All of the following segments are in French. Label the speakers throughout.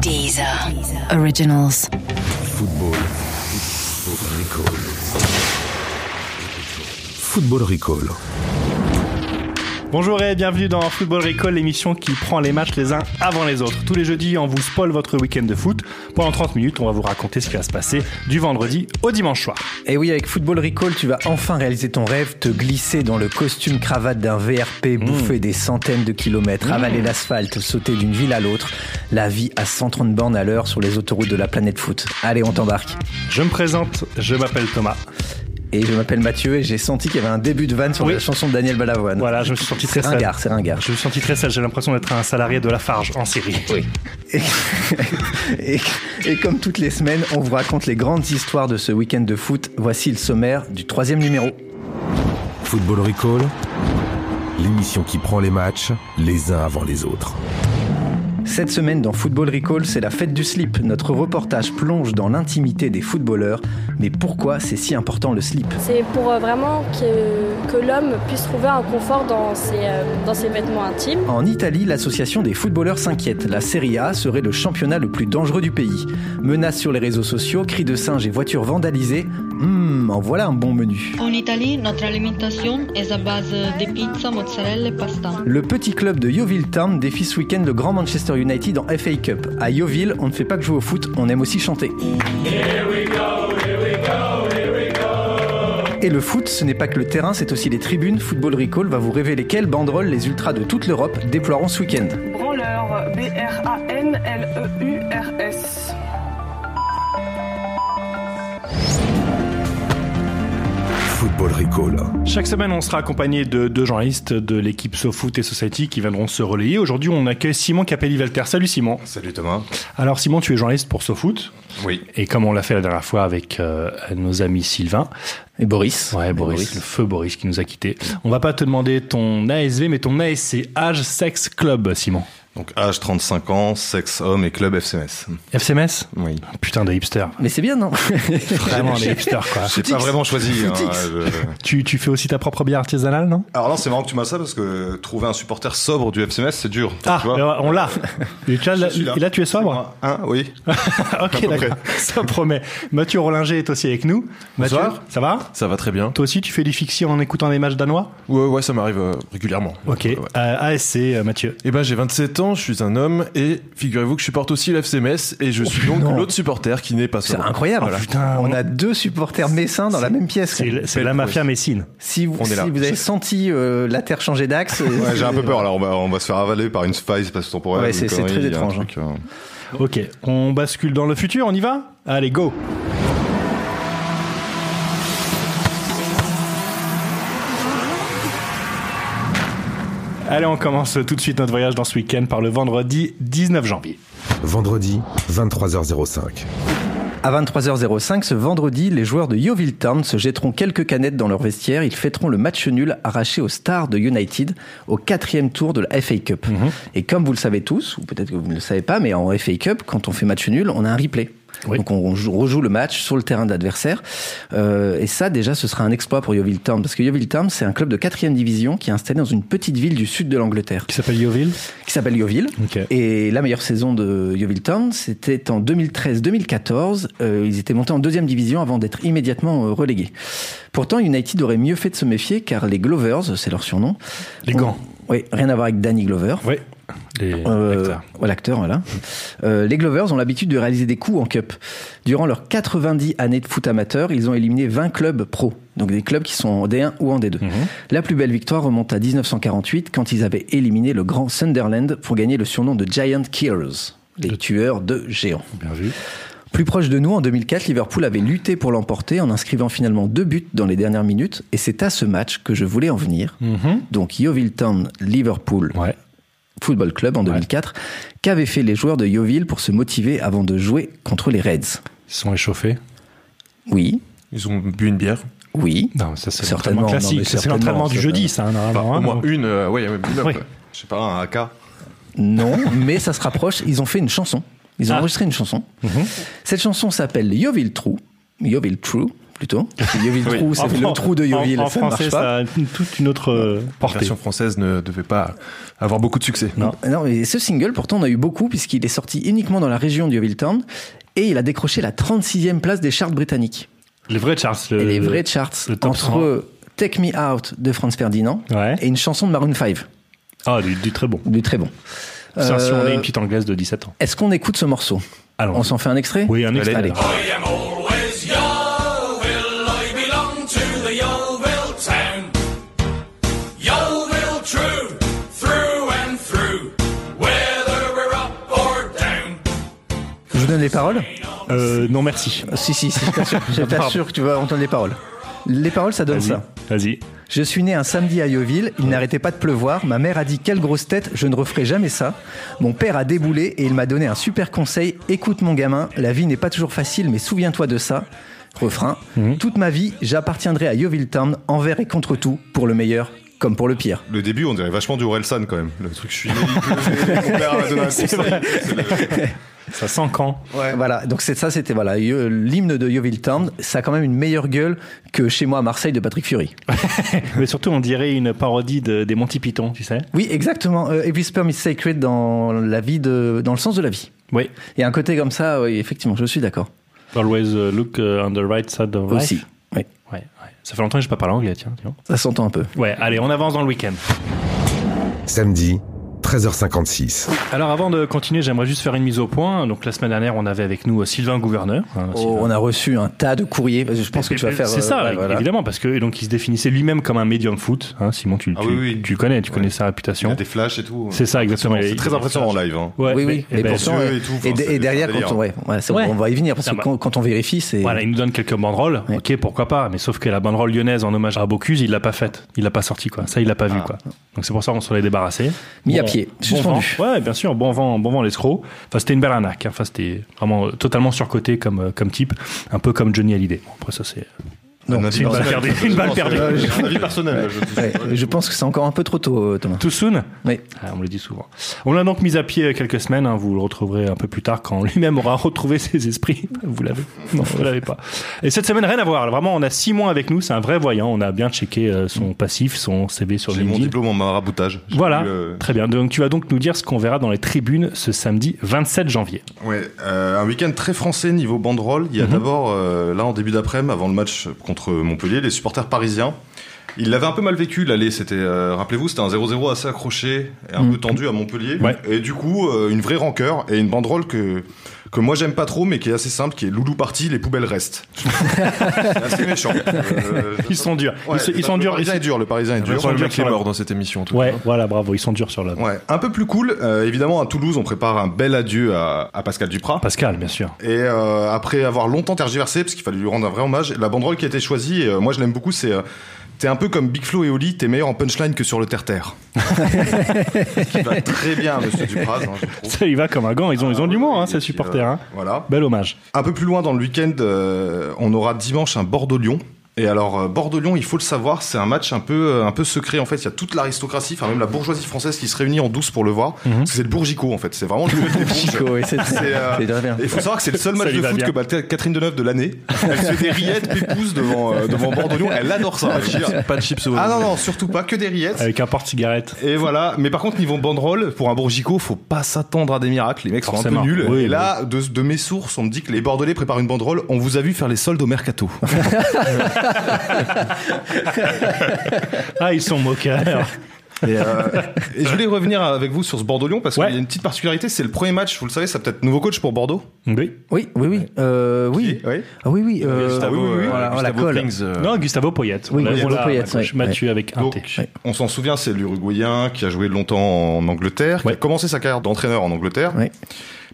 Speaker 1: Deezer Originals.
Speaker 2: Football. Football Recall. Football Recall.
Speaker 3: Bonjour et bienvenue dans Football Recall, l'émission qui prend les matchs les uns avant les autres. Tous les jeudis, on vous spoil votre week-end de foot. Pendant 30 minutes, on va vous raconter ce qui va se passer du vendredi au dimanche soir.
Speaker 4: Et Eh oui, avec Football Recall, tu vas enfin réaliser ton rêve, te glisser dans le costume cravate d'un VRP,
Speaker 3: Mm.
Speaker 4: bouffer des centaines de kilomètres, avaler l'asphalte, sauter d'une ville à l'autre. La vie à 130 bornes à l'heure sur les autoroutes de la planète foot. Allez, on t'embarque.
Speaker 3: Je me présente, je m'appelle Thomas.
Speaker 4: Et je m'appelle Mathieu et j'ai senti qu'il y avait un début de vanne sur
Speaker 3: Oui.
Speaker 4: la chanson de Daniel Balavoine.
Speaker 3: Voilà, je me suis senti très
Speaker 4: C'est
Speaker 3: sale.
Speaker 4: ringard, c'est ringard.
Speaker 3: Je me suis senti très sale, j'ai l'impression d'être un salarié de la Farge en série. Oui.
Speaker 4: Et, et- et comme toutes les semaines, on vous raconte les grandes histoires de ce week-end de foot. Voici le sommaire du troisième numéro.
Speaker 2: Football Recall. L'émission qui prend les matchs les uns avant les autres.
Speaker 4: Cette semaine dans Football Recall, c'est la fête du slip. Notre reportage plonge dans l'intimité des footballeurs. Mais pourquoi c'est si important le slip
Speaker 5: C'est pour euh, vraiment que, que l'homme puisse trouver un confort dans ses, euh, dans ses vêtements intimes.
Speaker 4: En Italie, l'association des footballeurs s'inquiète. La Serie A serait le championnat le plus dangereux du pays. Menaces sur les réseaux sociaux, cris de singes et voitures vandalisées. Hum, en voilà un bon menu.
Speaker 6: En Italie, notre alimentation est à base de pizza, mozzarella et pasta.
Speaker 4: Le petit club de Yeovil Town défie ce week-end le grand Manchester United en FA Cup. À Yeovil, on ne fait pas que jouer au foot, on aime aussi chanter. Et le foot, ce n'est pas que le terrain, c'est aussi les tribunes. Football Recall va vous révéler quelles banderoles les ultras de toute l'Europe déploieront ce week-end.
Speaker 7: Branleur, B-R-A-N-L-E-U-R-S.
Speaker 2: Football Recall.
Speaker 3: Chaque semaine, on sera accompagné de deux journalistes de l'équipe SoFoot et Society qui viendront se relayer. Aujourd'hui, on accueille Simon Capelli-Velter. Salut Simon.
Speaker 8: Salut Thomas.
Speaker 3: Alors Simon, tu es journaliste pour SoFoot.
Speaker 8: Oui.
Speaker 3: Et comme on l'a fait la dernière fois avec euh, nos amis Sylvain,
Speaker 4: Et Boris.
Speaker 3: Ouais,
Speaker 4: Et
Speaker 3: Boris, le feu Boris qui nous a quittés. On va pas te demander ton ASV, mais ton ASC, âge, sexe, club, Simon.
Speaker 8: Donc âge 35 ans, sexe homme et club FCMS.
Speaker 3: FCMS
Speaker 8: Oui.
Speaker 3: Putain, des hipsters.
Speaker 4: Mais c'est bien, non
Speaker 3: Vraiment des hipsters, quoi.
Speaker 8: J'ai pas vraiment choisi. hein,
Speaker 4: Footix.
Speaker 3: euh,
Speaker 8: je-
Speaker 3: Tu, tu fais aussi ta propre bière artisanale, non
Speaker 8: Alors non, c'est marrant que tu m'as ça parce que trouver un supporter sobre du FCMS, c'est dur.
Speaker 3: Ah,
Speaker 8: tu vois
Speaker 3: alors, on l'a. Et, tu vois, là,
Speaker 8: Je suis là.
Speaker 3: et là, tu es sobre
Speaker 8: Hein, oui.
Speaker 3: Ok, d'accord. Ça promet. Mathieu Rollinger est aussi avec nous. Mathieu,
Speaker 9: Bonsoir.
Speaker 3: ça va
Speaker 9: Ça va très bien.
Speaker 3: Toi aussi, tu fais des fictions en écoutant des matchs danois
Speaker 9: Ouais, ouais, ça m'arrive euh, régulièrement.
Speaker 3: Ok.
Speaker 9: Ouais.
Speaker 3: Euh, ASC, euh, Mathieu.
Speaker 9: Eh ben, j'ai 27 ans, je suis un homme et figurez-vous que je supporte aussi l'FCMS et je suis donc
Speaker 4: non.
Speaker 9: l'autre supporter qui n'est pas
Speaker 4: C'est
Speaker 9: seul.
Speaker 4: incroyable.
Speaker 3: Oh, putain,
Speaker 4: on a deux supporters messins dans la même pièce.
Speaker 3: C'est le- c'est la
Speaker 9: Belle
Speaker 3: mafia messine.
Speaker 4: Si vous,
Speaker 9: On est
Speaker 4: si
Speaker 9: là.
Speaker 4: vous avez senti euh, la Terre changer d'axe,
Speaker 8: Ouais, j'ai un peu peur. Alors on va, on va se faire avaler par une faille passe temporaire.
Speaker 4: Ouais,
Speaker 8: une
Speaker 4: c'est- c'est
Speaker 8: connerie,
Speaker 4: très
Speaker 8: il y a un
Speaker 4: étrange, hein.
Speaker 8: truc, euh,
Speaker 3: Ok, on bascule dans le futur, on y va Allez, go Allez, on commence tout de suite notre voyage dans ce week-end par le vendredi 19 janvier.
Speaker 2: Vendredi, 23h05.
Speaker 4: à 23h05 ce vendredi, les joueurs de Yeovil Town se jetteront quelques canettes dans leur vestiaire. Ils fêteront le match nul arraché aux stars de United au quatrième tour de la FA Cup. Et comme vous le savez tous, ou peut-être que vous ne le savez pas, mais en FA Cup, quand on fait match nul, on a un replay.
Speaker 3: Oui.
Speaker 4: Donc on on joue- rejoue le match sur le terrain d'adversaire. Euh, et ça, déjà, ce sera un exploit pour Yeovil Town, parce que Yeovil Town, c'est un club de quatrième division qui est installé dans une petite ville du sud de l'Angleterre
Speaker 3: Qui s'appelle Yoville
Speaker 4: qui s'appelle Yeovil.
Speaker 3: Ok.
Speaker 4: Et la meilleure saison de Yeovil Town, c'était en 2013-2014. Euh, ils étaient montés en deuxième division avant d'être immédiatement euh, relégués. Pourtant, United aurait mieux fait de se méfier car les Glovers, c'est leur surnom.
Speaker 3: Les gants.
Speaker 4: Oui, rien à voir avec Danny Glover.
Speaker 3: Oui. Les
Speaker 4: Euh,
Speaker 3: acteurs.
Speaker 4: ouais, l'acteur, voilà. Euh, les Glovers ont l'habitude de réaliser des coups en cup. Durant leurs 90 années de foot amateur, ils ont éliminé 20 clubs pro, donc des clubs qui sont en D1 ou en D2. La plus belle victoire remonte à 1948 quand ils avaient éliminé le grand Sunderland pour gagner le surnom de Giant Killers, les tueurs de géants.
Speaker 3: Bien vu.
Speaker 4: Plus proche de nous, en 2004, Liverpool avait lutté pour l'emporter en inscrivant finalement deux buts dans les dernières minutes, et c'est à ce match que je voulais en venir.
Speaker 3: Mhm.
Speaker 4: Donc Yeovil Town, Liverpool,
Speaker 3: Ouais.
Speaker 4: Football Club en 2004. Qu'avaient fait les joueurs de Yeovil pour se motiver avant de jouer contre les Reds
Speaker 3: Ils sont échauffés.
Speaker 4: Oui,
Speaker 9: Ils ont bu une bière.
Speaker 4: oui.
Speaker 3: Non, ça c'est
Speaker 4: Certainement,
Speaker 3: l'entraînement
Speaker 4: non, mais
Speaker 3: classique. C'est
Speaker 4: certainement,
Speaker 3: l'entraînement du jeudi, ça. normalement,
Speaker 9: Au
Speaker 3: hein,
Speaker 9: moins
Speaker 3: donc.
Speaker 9: une, euh, ouais, ouais, une heure,
Speaker 3: Oui.
Speaker 9: quoi.
Speaker 8: Je sais pas, un AK.
Speaker 4: Non, mais ça se rapproche. Ils ont fait une chanson. Ils ont
Speaker 3: Ah.
Speaker 4: enregistré une chanson. Cette chanson s'appelle Yeovil True. Yeovil True. plutôt. Yoville
Speaker 3: Oui.
Speaker 4: Trou, c'est
Speaker 3: En
Speaker 4: le
Speaker 3: Fran-
Speaker 4: trou de Yoville,
Speaker 3: En, en
Speaker 4: ça ne
Speaker 3: français,
Speaker 4: marche pas.
Speaker 3: ça a une- toute une autre euh,
Speaker 9: La
Speaker 3: portée.
Speaker 9: version française ne devait pas avoir beaucoup de succès.
Speaker 3: Non.
Speaker 4: Non, mais ce single, pourtant, on a eu beaucoup, puisqu'il est sorti uniquement dans la région de Yoville Town, et il a décroché la 36e place des charts britanniques.
Speaker 3: Les vrais charts. le-
Speaker 4: et les vrais charts,
Speaker 3: le top
Speaker 4: entre Take Me Out de Franz Ferdinand
Speaker 3: Ouais.
Speaker 4: et une chanson de Maroon 5,
Speaker 3: Ah, du, du très bon.
Speaker 4: du très bon.
Speaker 3: Ça, si on est
Speaker 4: Euh,
Speaker 3: une petite anglaise de 17 ans.
Speaker 4: Est-ce qu'on écoute ce morceau
Speaker 3: Allons.
Speaker 4: On s'en fait un extrait
Speaker 3: Oui, un extrait.
Speaker 4: Allez.
Speaker 3: alors.
Speaker 4: Je vous donne les paroles
Speaker 3: Euh, non, merci.
Speaker 4: Si, si, si, je t'assure, je t'assure que tu vas entendre les paroles. Les paroles, ça donne
Speaker 3: Vas-y.
Speaker 4: ça.
Speaker 3: Vas-y.
Speaker 4: Je suis né un samedi à Yeovil, il n'arrêtait pas de pleuvoir, ma mère a dit quelle grosse tête, je ne referai jamais ça. Mon père a déboulé et il m'a donné un super conseil, écoute mon gamin, la vie n'est pas toujours facile mais souviens-toi de ça. Refrain, toute ma vie j'appartiendrai à Yeovil Town envers et contre tout, pour le meilleur comme pour le pire.
Speaker 8: Le début, on dirait vachement du Orelsan quand même. Le truc, je suis né, il pleuvait, mon père m'a donné un conseil. C'est le-
Speaker 3: Ça sent quand
Speaker 4: Voilà, donc c'est ça, c'était voilà, Yo- l'hymne de Yeovil Town, ça a quand même une meilleure gueule que chez moi à Marseille de Patrick Fury.
Speaker 3: Mais surtout, on dirait une parodie de- des Monty Python, tu sais
Speaker 4: Oui, exactement, euh, Every Sperm is Sacred dans la vie de, dans le sens de la vie.
Speaker 3: Oui.
Speaker 4: Il y a un côté comme ça, oui, effectivement, je suis d'accord.
Speaker 3: Always uh, look uh, on the right side of life.
Speaker 4: Aussi. Oui.
Speaker 3: Ouais, ouais. Ça fait longtemps que je n'ai pas parlé anglais, tiens. dis donc.
Speaker 4: Ça s'entend un peu.
Speaker 3: Ouais, allez, on avance dans le week-end.
Speaker 2: Samedi, 13h56.
Speaker 3: Alors avant de continuer, j'aimerais juste faire une mise au point. Donc la semaine dernière, on avait avec nous euh, Sylvain Gouverneur. hein,
Speaker 4: Oh,
Speaker 3: Sylvain.
Speaker 4: on a reçu un tas de courriers. Je pense que tu vas faire.
Speaker 3: C'est
Speaker 4: euh,
Speaker 3: ça,
Speaker 4: ouais, voilà.
Speaker 3: évidemment, parce que donc il se définissait lui-même comme un médium foot. hein, Simon, tu,
Speaker 8: Ah
Speaker 3: tu,
Speaker 8: oui, oui.
Speaker 3: tu connais, tu connais
Speaker 8: Ouais.
Speaker 3: sa
Speaker 8: Il y a
Speaker 3: réputation.
Speaker 8: des flashs et tout.
Speaker 3: C'est ça, exactement.
Speaker 8: C'est très impressionnant en live. hein.
Speaker 3: Ouais,
Speaker 4: Oui,
Speaker 3: mais-
Speaker 4: oui.
Speaker 3: eh
Speaker 4: Mais
Speaker 3: ben,
Speaker 4: pourtant,
Speaker 8: Dieu
Speaker 4: euh,
Speaker 8: et tout,
Speaker 4: et,
Speaker 8: enfin,
Speaker 4: d-
Speaker 8: c'est-
Speaker 4: et derrière,
Speaker 8: c'est un
Speaker 4: quand on, ouais, ouais, c'est-
Speaker 3: Ouais.
Speaker 4: on va y venir parce que
Speaker 3: Ah bah.
Speaker 4: quand, quand on vérifie, c'est.
Speaker 3: Voilà, il nous donne quelques banderoles.
Speaker 4: Ouais.
Speaker 3: Ok, pourquoi pas. Mais sauf que la banderole lyonnaise en hommage à Bocuse, il l'a pas faite. Il l'a pas sortie, quoi. Ça, il l'a pas vu, quoi. Donc c'est pour ça qu'on s'en est débarrassé.
Speaker 4: Ah. Mis à pied,
Speaker 3: vent.
Speaker 4: suspendu.
Speaker 3: Ouais, bien sûr. Bon vent, bon vent l'escroc. Enfin, c'était une belle arnaque. hein. Enfin, c'était vraiment euh, totalement surcoté comme, euh, comme type. Un peu comme Johnny Hallyday. Bon, après, ça, c'est.
Speaker 8: Un
Speaker 3: c'est une balle
Speaker 8: personnel.
Speaker 3: perdue, une balle perdue.
Speaker 8: C'est un avis personnel. je-
Speaker 4: Ouais, je pense que c'est encore un peu trop tôt, euh, Thomas.
Speaker 3: Too soon
Speaker 4: Oui.
Speaker 3: Ah, On le dit souvent. On l'a donc mis à pied quelques semaines. hein. Vous le retrouverez un peu plus tard quand lui-même aura retrouvé ses esprits. Vous l'avez Non, vous l'avez pas. Et cette semaine, rien à voir. Vraiment, on a six mois avec nous. C'est un vrai voyant. On a bien checké euh, son passif, son CV sur
Speaker 8: J'ai mon
Speaker 3: LinkedIn.
Speaker 8: diplôme en maraboutage. J'ai
Speaker 3: Voilà,
Speaker 8: eu, euh,
Speaker 3: très bien. Donc tu vas donc nous dire ce qu'on verra dans les tribunes ce samedi 27 janvier.
Speaker 8: Ouais, euh, un week-end très français niveau banderole.
Speaker 3: Mhm.
Speaker 8: Il y a d'abord, euh, là en début d'après-midi, avant le match contre Montpellier, les supporters parisiens. Ils l'avaient un peu mal vécu l'aller, c'était, euh, rappelez-vous, c'était un 0-0 assez accroché et un peu tendu à Montpellier.
Speaker 3: Mhm. Ouais.
Speaker 8: Et du coup, euh, une vraie rancœur et une banderole que, que moi j'aime pas trop mais qui est assez simple, qui est Loulou parti, les poubelles restent. c'est assez méchant. Euh,
Speaker 3: Ils sont durs.
Speaker 8: ouais,
Speaker 3: Ils, se- ils sont
Speaker 8: le
Speaker 3: durs.
Speaker 8: Parisien est
Speaker 3: Ils-
Speaker 8: dur, le Parisien est
Speaker 9: Je
Speaker 8: dur.
Speaker 9: crois que le
Speaker 3: dur
Speaker 9: mec
Speaker 3: sur
Speaker 9: est
Speaker 3: la-
Speaker 9: mort dans cette émission en tout
Speaker 3: Ouais,
Speaker 9: cas.
Speaker 3: voilà, bravo. Ils sont durs sur la.
Speaker 8: Ouais, un peu plus cool. euh, évidemment, à Toulouse, on prépare un bel adieu à, à Pascal Duprat.
Speaker 3: Pascal, bien sûr.
Speaker 8: Et euh, après avoir longtemps tergiversé, parce qu'il fallait lui rendre un vrai hommage, la banderole qui a été choisie, et, euh, moi je l'aime beaucoup, c'est euh, T'es un peu comme Big Flo et Oli, t'es meilleur en punchline que sur le terre-terre. Ce qui va très bien, à monsieur Dupraz, hein, je trouve.
Speaker 3: Ça y va comme un gant. Ils ont, ils ont de l'humour, hein,
Speaker 8: Et
Speaker 3: ces
Speaker 8: puis,
Speaker 3: supporters.
Speaker 8: euh,
Speaker 3: hein.
Speaker 8: Voilà.
Speaker 3: Bel hommage.
Speaker 8: Un peu plus loin dans le week-end, euh, on aura dimanche un Bordeaux-Lyon. Et alors, euh, Bordeaux-Lyon, il faut le savoir, c'est un match un peu, euh, un peu secret. En fait, il y a toute l'aristocratie, enfin même la bourgeoisie française qui se réunit en douce pour le voir.
Speaker 3: Mhm.
Speaker 8: Parce que C'est le Bourgico, en fait. C'est vraiment le duel des Bourges.
Speaker 4: Chico, oui, c'est
Speaker 8: C'est, euh,
Speaker 4: c'est très bien.
Speaker 8: Et Il faut savoir que c'est le seul
Speaker 3: Ça
Speaker 8: match
Speaker 3: lui
Speaker 8: de
Speaker 3: va
Speaker 8: foot
Speaker 3: bien.
Speaker 8: que bat Catherine Deneuve de l'année. Elle se fait des rillettes pépouses devant, euh, devant Bordeaux-Lyon. Elle adore ça. Je veux dire.
Speaker 9: Pas de chips au
Speaker 8: Ah non, non, surtout pas, que des rillettes.
Speaker 3: hein. Avec un porte-cigarette.
Speaker 8: Et voilà, mais par contre, niveau banderole, pour un Bourgico, faut pas s'attendre à des miracles. Les mecs sont un peu
Speaker 3: Forcément.
Speaker 8: nuls.
Speaker 3: Oui,
Speaker 8: et là, de, de mes sources, on me dit que les Bordelais préparent une banderole. On vous a vu faire les soldes au mercato.
Speaker 3: Ah, ils sont moqueurs.
Speaker 8: Et, euh, et je voulais revenir avec vous sur ce Bordeaux-Lyon parce
Speaker 3: Ouais.
Speaker 8: qu'il y a une petite particularité. C'est le premier match, vous le savez, ça peut-être nouveau coach pour Bordeaux.
Speaker 3: oui.
Speaker 4: Oui, oui, oui. Euh, oui.
Speaker 8: Oui.
Speaker 4: Ah oui, oui. euh,
Speaker 9: Gustavo,
Speaker 8: oui, oui, oui.
Speaker 9: euh,
Speaker 4: Voilà, on la
Speaker 9: Gustavo
Speaker 4: colle.
Speaker 9: Frings, euh,
Speaker 3: Non, Gustavo Poyet.
Speaker 4: Oui,
Speaker 3: On l'a-
Speaker 4: Gustavo
Speaker 3: on l'a-
Speaker 4: Poyet,
Speaker 3: Mathieu-
Speaker 4: ouais.
Speaker 3: Mathieu avec un
Speaker 8: Donc,
Speaker 3: T.
Speaker 8: On s'en souvient, c'est l'Uruguayen qui a joué longtemps en Angleterre, qui
Speaker 3: Ouais.
Speaker 8: a commencé sa carrière d'entraîneur en Angleterre.
Speaker 4: Ouais.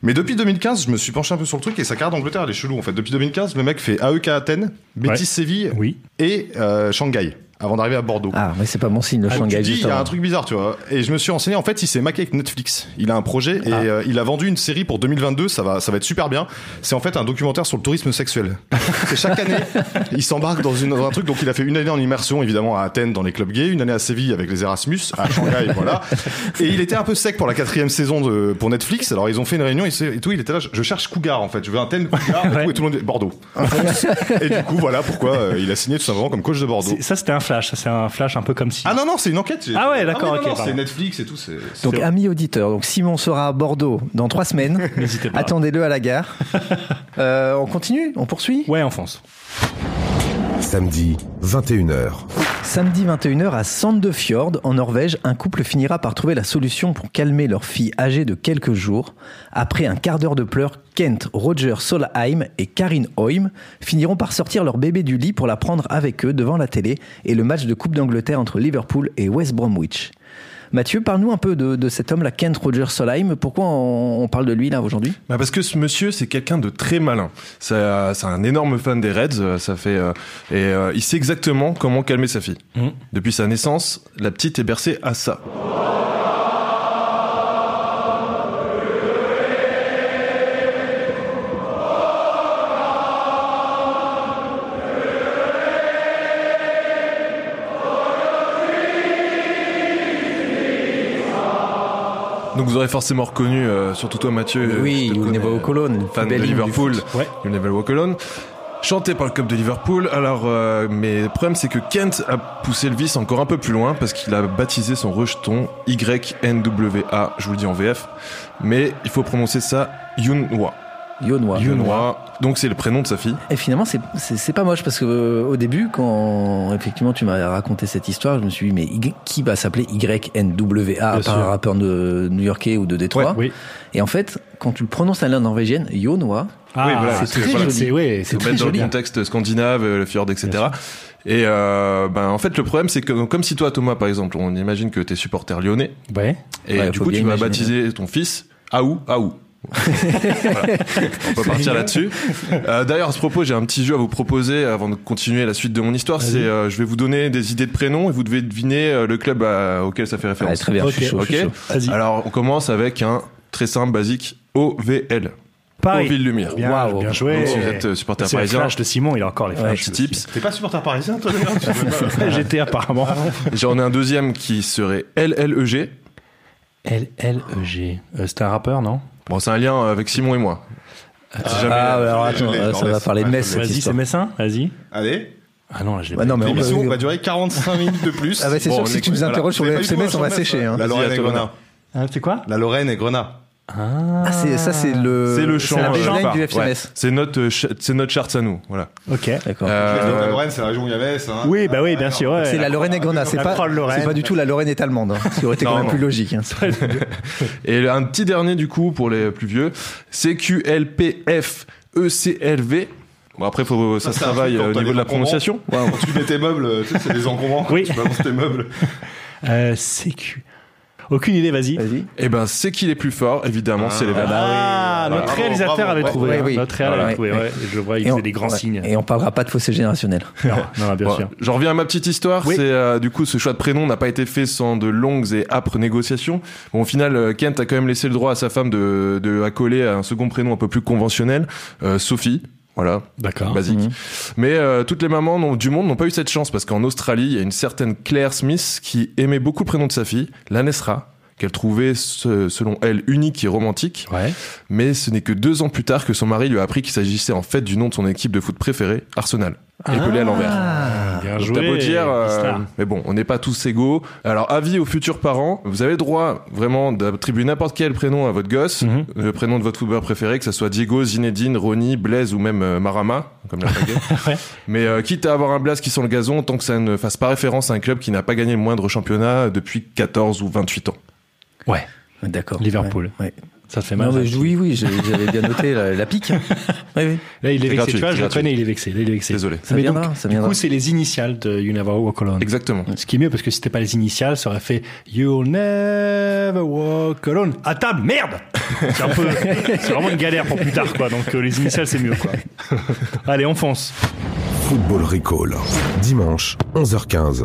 Speaker 8: Mais depuis 2015, je me suis penché un peu sur le truc et sa carrière d'Angleterre, elle est chelou en fait. Depuis 2015, le mec fait AEK Athènes, E Betis
Speaker 3: Ouais.
Speaker 8: Séville
Speaker 3: Oui.
Speaker 8: et euh, Shanghai. avant d'arriver à Bordeaux.
Speaker 4: Ah, mais c'est pas mon signe, le
Speaker 8: Ah, tu
Speaker 4: Shanghai,
Speaker 8: dis, il y
Speaker 4: justement.
Speaker 8: a un truc bizarre, tu vois. Et je me suis renseigné, en fait, il s'est maqué avec Netflix. Il a un projet et
Speaker 4: Ah.
Speaker 8: euh, il a vendu une série pour 2022, ça va, ça va être super bien. C'est en fait un documentaire sur le tourisme sexuel. et chaque année, il s'embarque dans, une- dans un truc, donc il a fait une année en immersion, évidemment, à Athènes, dans les clubs gays, une année à Séville avec les Erasmus, à Shanghai, voilà. Et il était un peu sec pour la quatrième saison de, pour Netflix, alors ils ont fait une réunion et, c'est- et tout, il était là, je, je cherche Cougar, en fait, je veux un thème Cougar, et, tout, et tout le monde dit Bordeaux. et du coup, voilà pourquoi euh, il a signé tout simplement comme coach de Bordeaux.
Speaker 3: C'est- Ça, c'était un flash. Ça, c'est un flash un peu comme si.
Speaker 8: Ah non, non, c'est une enquête.
Speaker 3: Ah ouais, d'accord,
Speaker 8: mais non,
Speaker 3: ok,
Speaker 8: non,
Speaker 3: pardon.
Speaker 8: c'est Netflix et tout. c'est- c'est-
Speaker 4: Donc, amis auditeurs, donc Simon sera à Bordeaux dans trois semaines.
Speaker 3: N'hésitez pas.
Speaker 4: Attendez-le à la gare. Euh, on continue On poursuit
Speaker 3: Ouais, en France.
Speaker 2: Samedi, 21h.
Speaker 4: Samedi 21h à Sandefjord, en Norvège, un couple finira par trouver la solution pour calmer leur fille âgée de quelques jours. Après un quart d'heure de pleurs, Kent, Roger Solheim et Karin Hoym finiront par sortir leur bébé du lit pour la prendre avec eux devant la télé et le match de Coupe d'Angleterre entre Liverpool et West Bromwich. Mathieu, parle-nous un peu de, de cet homme-là, Kent Roger Solheim. Pourquoi on, on parle de lui là aujourd'hui
Speaker 9: Bah parce que ce monsieur, c'est quelqu'un de très malin. C'est euh, c'est un énorme fan des Reds. euh, Ça fait euh, et euh, il sait exactement comment calmer sa fille.
Speaker 3: Mhm.
Speaker 9: Depuis sa naissance, la petite est bercée à ça. Donc vous aurez forcément reconnu, euh, surtout toi Mathieu. euh, je te connais,
Speaker 4: Cologne,
Speaker 9: fan de Liverpool,
Speaker 3: Ouais.
Speaker 9: You Never Walk Alone, chanté par le club de Liverpool. Alors, euh, mais le problème, c'est que Kent a poussé le vice encore un peu plus loin parce qu'il a baptisé son rejeton YNWA, je vous le dis en VF, mais il faut prononcer ça Yunwa. Yunwa. Donc c'est le prénom de sa fille.
Speaker 4: Et finalement, c'est- c'est c'est pas moche parce que euh, au début, quand effectivement tu m'as raconté cette histoire, je me suis dit mais Y- qui va s'appeler YNWA à
Speaker 9: Bien
Speaker 4: part un
Speaker 9: sûr.
Speaker 4: rappeur de New-Yorkais ou de Détroit
Speaker 3: oui.
Speaker 4: Et en fait, quand tu le prononces à la norvégienne, Yonoa,
Speaker 3: Ah,
Speaker 9: Oui, voilà,
Speaker 3: c'est
Speaker 9: c'est-
Speaker 3: très
Speaker 9: voilà,
Speaker 3: joli.
Speaker 4: c'est-
Speaker 3: ouais,
Speaker 4: c'est
Speaker 3: c'est-
Speaker 9: Faut
Speaker 4: très
Speaker 9: mettre dans
Speaker 4: joli. hein.
Speaker 9: le contexte scandinave, euh, le fjord, etc. Et euh, ben en fait le problème c'est que comme si toi Thomas par exemple, on imagine que t'es supporter lyonnais
Speaker 3: Ouais.
Speaker 9: et
Speaker 4: Ouais,
Speaker 9: du
Speaker 4: faut
Speaker 9: coup
Speaker 4: bien
Speaker 9: tu vas
Speaker 4: imaginer.
Speaker 9: baptiser ton fils Aou Aou. Voilà. On peut partir là-dessus. Euh, D'ailleurs, à ce propos, j'ai un petit jeu à vous proposer avant de continuer la suite de mon histoire. C'est, euh, je vais vous donner des idées de prénoms et vous devez deviner euh, le club à- auquel ça fait
Speaker 4: ah,
Speaker 9: référence.
Speaker 4: très bien,
Speaker 3: Ok,
Speaker 4: je suis chaud. je
Speaker 9: ok.
Speaker 4: suis chaud.
Speaker 3: Vas-y.
Speaker 9: Alors, on commence avec un très simple, basique OVL.
Speaker 3: Paris.
Speaker 9: Ville Lumière.
Speaker 3: Bien,
Speaker 4: Waouh.
Speaker 3: bien joué.
Speaker 9: Donc, si vous êtes euh, supporter
Speaker 3: C'est le
Speaker 9: parisien,
Speaker 3: flash de Simon, il a encore les flashs.
Speaker 9: petit tips.
Speaker 8: T'es pas supporter parisien, toi d'ailleurs Tu veux pas-
Speaker 3: J'étais apparemment.
Speaker 9: J'en ai un deuxième qui serait E LLEG.
Speaker 3: LLEG. Euh, C'était un rappeur, non
Speaker 9: Bon, c'est un lien euh, avec Simon et moi. Si jamais-
Speaker 4: Ah, ouais, alors
Speaker 8: je l'ai,
Speaker 4: attends,
Speaker 8: je l'ai,
Speaker 4: euh,
Speaker 8: non,
Speaker 4: ça
Speaker 8: mais
Speaker 4: va
Speaker 8: c'est-
Speaker 4: parler de
Speaker 8: ouais,
Speaker 4: Metz
Speaker 8: je
Speaker 4: cette
Speaker 3: Vas-y, c'est
Speaker 4: histoire.
Speaker 3: Messin Vas-y.
Speaker 8: Allez,
Speaker 3: Ah non, là, je l'ai
Speaker 4: Ouais,
Speaker 3: pas.
Speaker 4: Bah non, mais on
Speaker 8: l'émission
Speaker 4: peut-
Speaker 8: va durer 45 minutes de plus.
Speaker 4: Ah bah, c'est
Speaker 9: Bon,
Speaker 4: sûr
Speaker 9: on
Speaker 4: que si tu
Speaker 9: écoute-
Speaker 4: nous interroges
Speaker 8: Vous avez
Speaker 4: sur le
Speaker 8: pas eu
Speaker 4: FCMS, on va
Speaker 8: Thomas,
Speaker 4: sécher.
Speaker 8: hein.
Speaker 4: Hein.
Speaker 8: La
Speaker 9: Vas-y,
Speaker 8: Lorraine
Speaker 9: à
Speaker 8: et
Speaker 9: toi,
Speaker 8: Grenat.
Speaker 3: Ah, c'est quoi
Speaker 8: La Lorraine et Grenat.
Speaker 3: Ah,
Speaker 4: Ah, c'est- ça, c'est le,
Speaker 9: C'est le champ.
Speaker 4: la
Speaker 9: euh,
Speaker 4: baseline
Speaker 9: phare.
Speaker 4: du
Speaker 9: Ouais.
Speaker 4: FCMS.
Speaker 9: C'est notre, euh, ch- c'est notre charte à nous. Voilà.
Speaker 3: Ok.
Speaker 4: D'accord.
Speaker 9: Euh,
Speaker 8: La Lorraine, c'est la région où il y avait ça. hein.
Speaker 3: Oui, bah oui, bien sûr. ouais.
Speaker 4: Ah c'est la Lorraine et Grenat, c'est
Speaker 3: la
Speaker 4: pas,
Speaker 3: Croix de Lorraine.
Speaker 4: c'est pas du tout la Lorraine est allemande, hein, ce qui aurait été quand
Speaker 9: Non,
Speaker 4: même
Speaker 9: non.
Speaker 4: plus logique. hein.
Speaker 9: Et un petit dernier du coup pour les plus vieux, CQLPF ECLV. Bon après faut ça,
Speaker 8: Ça,
Speaker 9: se
Speaker 8: c'est un
Speaker 9: travaille
Speaker 8: truc quand
Speaker 9: euh, au
Speaker 8: t'as
Speaker 9: niveau
Speaker 8: des
Speaker 9: de la
Speaker 8: encombrants.
Speaker 9: prononciation.
Speaker 8: Quand tu mets tes meubles, tu sais, c'est des encombrants.
Speaker 3: Oui.
Speaker 8: Tu balances tes meubles.
Speaker 3: Euh, CQ. Aucune idée, vas-y.
Speaker 4: Vas-y.
Speaker 9: Et ben c'est qui les plus forts évidemment, c'est les
Speaker 8: Ah,
Speaker 9: Verts.
Speaker 3: Ah,
Speaker 8: bah oui.
Speaker 3: notre
Speaker 8: Bravo,
Speaker 3: réalisateur
Speaker 8: bravo,
Speaker 3: avait
Speaker 8: ouais.
Speaker 3: trouvé.
Speaker 4: Oui,
Speaker 3: hein.
Speaker 4: oui.
Speaker 3: Notre réal
Speaker 9: Ah, Voilà.
Speaker 3: avait trouvé. ouais. Je vois, il
Speaker 4: Et on-
Speaker 3: faisait des grands
Speaker 4: ouais.
Speaker 3: signes.
Speaker 4: Et on parlera pas de fossé générationnel.
Speaker 3: Non, non, bien
Speaker 9: Bon,
Speaker 3: sûr.
Speaker 9: J'en reviens à ma petite histoire.
Speaker 3: Oui.
Speaker 9: C'est euh, du coup ce choix de prénom n'a pas été fait sans de longues et âpres négociations. Bon, au final, euh, Kent a quand même laissé le droit à sa femme de, de accoler à un second prénom un peu plus conventionnel, euh, Sophie. Voilà,
Speaker 3: D'accord.
Speaker 9: basique.
Speaker 4: Mhm.
Speaker 9: Mais euh, toutes les mamans n'ont- du monde n'ont pas eu cette chance parce qu'en Australie, il y a une certaine Claire Smith qui aimait beaucoup le prénom de sa fille, la Nesra, qu'elle trouvait ce- selon elle unique et romantique.
Speaker 3: Ouais.
Speaker 9: Mais ce n'est que deux ans plus tard que son mari lui a appris qu'il s'agissait en fait du nom de son équipe de foot préférée, Arsenal, épelé à l'envers.
Speaker 4: Ah.
Speaker 3: Bien
Speaker 9: Donc, T'as
Speaker 3: joué.
Speaker 9: beau dire, euh,
Speaker 3: Istar.
Speaker 9: mais bon, on n'est pas tous égaux. Alors, avis aux futurs parents, vous avez le droit vraiment d'attribuer n'importe quel prénom à votre gosse,
Speaker 3: Mhm.
Speaker 9: le prénom de votre footballeur préféré, que ce soit Diego, Zinedine, Ronnie, Blaise ou même euh, Marama, comme la pagaie.
Speaker 3: Ouais.
Speaker 9: Mais euh, quitte à avoir un Blaise qui sent le gazon, tant que ça ne fasse pas référence à un club qui n'a pas gagné le moindre championnat depuis 14 ou 28 ans.
Speaker 3: Ouais.
Speaker 4: D'accord.
Speaker 3: Liverpool. hein.
Speaker 4: Ouais, ouais.
Speaker 3: Ça te fait mal.
Speaker 4: Non, mais
Speaker 3: ça.
Speaker 4: je- oui, oui, j'ai- j'avais bien noté la, la pique. Oui, oui.
Speaker 9: C'est
Speaker 3: Là, il est vexé.
Speaker 9: gratuit,
Speaker 3: tu vois,
Speaker 9: c'est
Speaker 3: je le
Speaker 9: gratuit.
Speaker 3: connais, il est vexé. Là, il est vexé.
Speaker 9: Désolé.
Speaker 4: Ça
Speaker 3: Mais
Speaker 4: viendra,
Speaker 3: donc,
Speaker 4: ça
Speaker 3: du
Speaker 4: viendra.
Speaker 3: coup, c'est les initiales de You Never Walk Alone.
Speaker 9: Exactement.
Speaker 3: Ce qui est mieux, parce que si c'était pas les initiales, ça aurait fait You'll never walk alone. À table, merde C'est un peu, c'est vraiment une galère pour plus tard, quoi. Donc euh, les initiales, c'est mieux, quoi. Allez, on fonce.
Speaker 2: Football Recall. Dimanche, 11h15.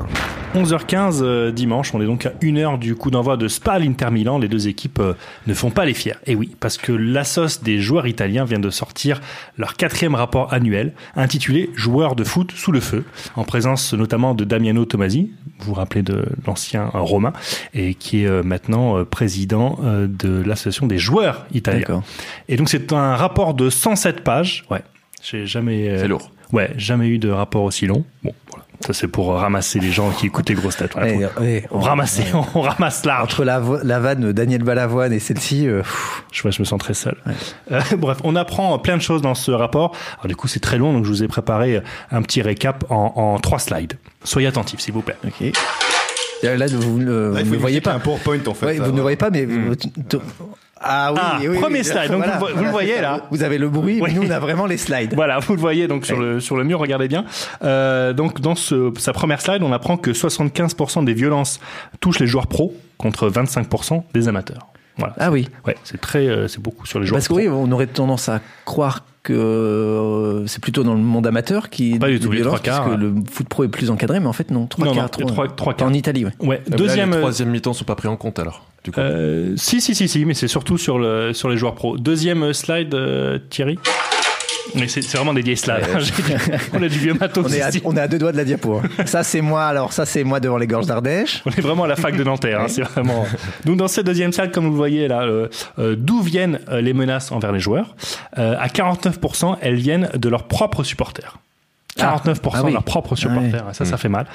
Speaker 3: 11h15 euh, dimanche, on est donc à 1h du coup d'envoi de Spa l'Inter Milan. Les deux équipes euh, ne font pas les fiers. Et oui, parce que l'assos des joueurs italiens vient de sortir leur quatrième rapport annuel intitulé Joueurs de foot sous le feu, en présence notamment de Damiano Tomasi, vous vous rappelez de l'ancien euh, romain, et qui est euh, maintenant euh, président euh, de l'association des joueurs italiens.
Speaker 4: D'accord.
Speaker 3: Et donc c'est un rapport de 107 pages. Ouais, j'ai jamais. euh,
Speaker 9: C'est lourd.
Speaker 3: Ouais, jamais eu de rapport aussi long. Bon, voilà. Ça, c'est pour euh, ramasser les gens qui écoutent les grosses têtes. Voilà,
Speaker 4: Eh,
Speaker 3: pour-
Speaker 4: eh,
Speaker 3: on, ramasse, on ramasse large.
Speaker 4: Entre la, vo- la vanne Daniel Balavoine et celle-ci, euh, pff,
Speaker 3: Je, vois, je me sens très seul. Euh, bref, on apprend plein de choses dans ce rapport. Alors, du coup, c'est très long, donc je vous ai préparé un petit récap en, en trois slides. Soyez attentifs, s'il vous plaît.
Speaker 4: ok. Euh, Là, là, vous ne vous ne voyez pas.
Speaker 8: un PowerPoint en fait. Mm.
Speaker 4: Ouais, vous ne voyez pas, mais. vous- t- t- Ah oui,
Speaker 3: Ah,
Speaker 4: oui, oui,
Speaker 3: premier
Speaker 4: oui.
Speaker 3: slide, donc vous- vous le voyez,
Speaker 4: c'est ça.
Speaker 3: là.
Speaker 4: Vous avez le bruit,
Speaker 3: Oui.
Speaker 4: mais nous on a vraiment les slides.
Speaker 3: Voilà, vous le voyez donc sur le sur le mur, regardez bien. Euh, donc dans ce, sa première slide, on apprend que 75% des violences touchent les joueurs pros contre 25% des amateurs. Voilà.
Speaker 4: Ah oui.
Speaker 3: Ouais, c'est très euh, c'est beaucoup sur les joueurs
Speaker 4: Parce que
Speaker 3: pros.
Speaker 4: oui, on aurait tendance à croire que euh, c'est plutôt dans le monde amateur qui
Speaker 3: Pas du tout, les trois quarts,
Speaker 4: parce que
Speaker 3: hein.
Speaker 4: le foot pro est plus encadré, mais en fait non, trois
Speaker 3: Non, non,
Speaker 4: quarts, trois-
Speaker 3: trois- trois quarts.
Speaker 4: en Italie, ouais.
Speaker 3: Ouais,
Speaker 9: Ah, mais là,
Speaker 3: deuxième
Speaker 9: les
Speaker 3: euh,
Speaker 9: troisième mi-temps sont pas pris en compte alors. Du coup.
Speaker 3: euh, si si si si, mais c'est surtout sur le sur les joueurs pros. Deuxième euh, slide euh, Thierry. Mais c'est c'est vraiment des vieilles slides. hein, on a du vieux matos.
Speaker 4: On est, à,
Speaker 3: ici.
Speaker 4: on est à deux doigts de la diapo. hein. Ça c'est moi, alors ça c'est moi devant les gorges d'Ardèche.
Speaker 3: On est vraiment à la fac de Nanterre, hein, c'est vraiment. Donc dans cette deuxième salle, comme vous le voyez là, euh, euh, d'où viennent euh, les menaces envers les joueurs Euh, À 49%, elles viennent de leurs propres supporters. 49%
Speaker 4: Ah, ah oui. Hmm.
Speaker 3: de leurs propres supporters, et ça, ça fait mal.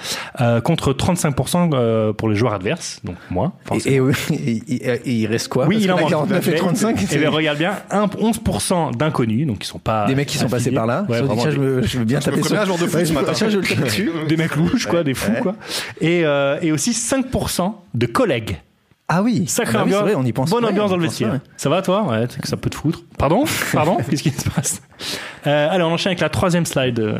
Speaker 3: Euh, contre 35% euh, pour les joueurs adverses, donc moi. forcément.
Speaker 4: Et, et oui, et- et- et il reste quoi
Speaker 3: oui,
Speaker 4: Parce
Speaker 3: il
Speaker 4: que
Speaker 3: en
Speaker 4: là,
Speaker 3: manque.
Speaker 4: 49 et
Speaker 3: Mais-
Speaker 4: 35.
Speaker 3: Et
Speaker 4: c'est-
Speaker 3: bien, regarde bien, un- 11% d'inconnus, donc qui sont pas.
Speaker 4: des mecs qui sont passés
Speaker 3: affiliés.
Speaker 4: par là.
Speaker 3: Ouais,
Speaker 4: Ils se sont dit,
Speaker 3: vraiment
Speaker 4: tiens, je, me- je veux bien taper
Speaker 8: me
Speaker 4: sur
Speaker 8: connais un joueur de foot
Speaker 4: Ouais,
Speaker 8: ce
Speaker 4: je-
Speaker 8: matin.
Speaker 4: tiens, je le tape dessus.
Speaker 3: des mecs louches, quoi, des fous, quoi. Et, euh, et aussi 5% de collègues.
Speaker 4: Ah oui.
Speaker 3: Sacré
Speaker 4: Ah bah oui, c'est
Speaker 3: ambiance.
Speaker 4: vrai, on y pense.
Speaker 3: Bonne
Speaker 4: pas,
Speaker 3: ambiance
Speaker 4: on
Speaker 3: dans le
Speaker 4: y pense pas,
Speaker 3: vestiaire.
Speaker 4: ouais.
Speaker 3: Ça va toi Ouais, t'es que ça peut te foutre. Pardon Pardon Qu'est-ce qui se passe Euh, Allez, on enchaîne avec la troisième slide. euh.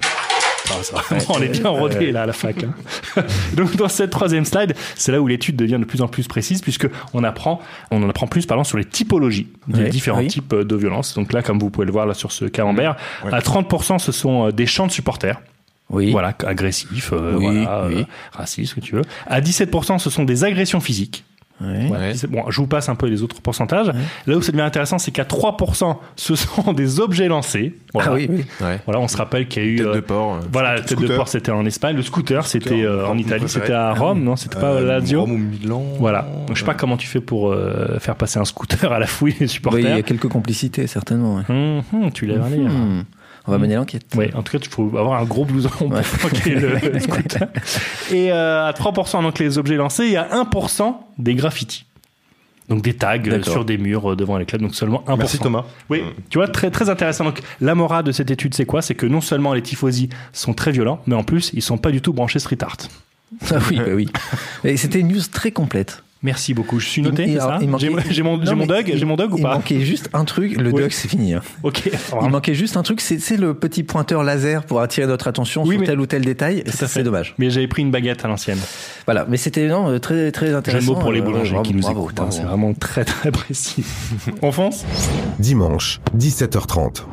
Speaker 3: Ah, ça va. on est bien rodé là à la fac. hein. Donc dans cette troisième slide, c'est là où l'étude devient de plus en plus précise puisque on apprend, on en apprend plus parlant sur les typologies des
Speaker 4: Ouais,
Speaker 3: différents
Speaker 4: oui.
Speaker 3: types euh, de violences. Donc là, comme vous pouvez le voir là sur ce camembert, à 30% ce sont euh, des chants de supporters.
Speaker 4: Oui.
Speaker 3: Voilà, agressifs, euh,
Speaker 4: Oui,
Speaker 3: voilà, euh,
Speaker 4: oui.
Speaker 3: racistes, ce que tu veux. À 17%, ce sont des agressions physiques.
Speaker 4: Ouais.
Speaker 3: Voilà. C'est- Bon, je vous passe un peu les autres pourcentages. Là où ça devient intéressant, c'est qu'à 3%, ce sont des objets lancés. Voilà.
Speaker 4: Ah oui, oui.
Speaker 9: Ouais.
Speaker 3: Voilà, on se rappelle qu'il y a eu.
Speaker 9: Tête
Speaker 3: euh,
Speaker 9: de porc. euh.
Speaker 3: voilà, la tête de
Speaker 8: Scooter.
Speaker 3: porc, c'était en Espagne. Le scooter, c'était euh, en
Speaker 8: mon
Speaker 3: Italie,
Speaker 8: préféré.
Speaker 3: c'était à Rome, non C'était pas à Lazio
Speaker 8: Euh, Rome ou Milan.
Speaker 3: Voilà. Donc, je sais pas comment tu fais pour euh, faire passer un scooter à la fouille des
Speaker 4: Oui, il y
Speaker 3: supporters.
Speaker 4: a quelques complicités certainement. ouais.
Speaker 3: Hum, hum, tu lèves un lire.
Speaker 4: Hmm. On va mener l'enquête.
Speaker 3: Ouais, en tout cas, tu faut avoir un gros blouson pour
Speaker 4: Ouais.
Speaker 3: planquer le scooter. Et euh, à 3%, donc les objets lancés, il y a 1% des graffitis. Donc des tags euh,
Speaker 4: D'accord.
Speaker 3: sur des murs euh, devant les clubs, donc seulement 1%.
Speaker 8: Merci Thomas. Mm.
Speaker 3: Oui, tu vois, très, très intéressant. Donc la morale de cette étude, c'est quoi C'est que non seulement les tifosi sont très violents, mais en plus, ils sont pas du tout branchés street art.
Speaker 4: Ah oui, bah oui. Et c'était une news très complète.
Speaker 3: Merci beaucoup. Je suis noté,
Speaker 4: Il-
Speaker 3: c'est
Speaker 4: alors,
Speaker 3: ça
Speaker 4: il manquait-
Speaker 3: J'ai mon- J'ai mon,
Speaker 4: Non,
Speaker 3: j'ai mon
Speaker 4: mais
Speaker 3: dog,
Speaker 4: il-
Speaker 3: j'ai mon dog ou
Speaker 4: Il
Speaker 3: pas
Speaker 4: manquait juste un truc. Le
Speaker 3: Oui.
Speaker 4: dog, c'est fini. hein.
Speaker 3: Ok.
Speaker 4: Il manquait juste un truc. C'est c'est le petit pointeur laser pour attirer notre attention
Speaker 3: Oui,
Speaker 4: sur
Speaker 3: mais-
Speaker 4: tel ou tel détail.
Speaker 3: Tout à
Speaker 4: C'est
Speaker 3: fait.
Speaker 4: c'est dommage.
Speaker 3: Mais j'avais pris une baguette à l'ancienne.
Speaker 4: Voilà. Mais c'était non, euh, très très
Speaker 3: J'ai le
Speaker 4: intéressant.
Speaker 3: mot pour les
Speaker 4: Euh,
Speaker 3: boulangers
Speaker 4: bravo,
Speaker 3: qui nous
Speaker 4: bravo,
Speaker 3: écoutent. hein,
Speaker 4: bravo.
Speaker 3: C'est vraiment très très précis. On fonce
Speaker 2: Dimanche, 17h30.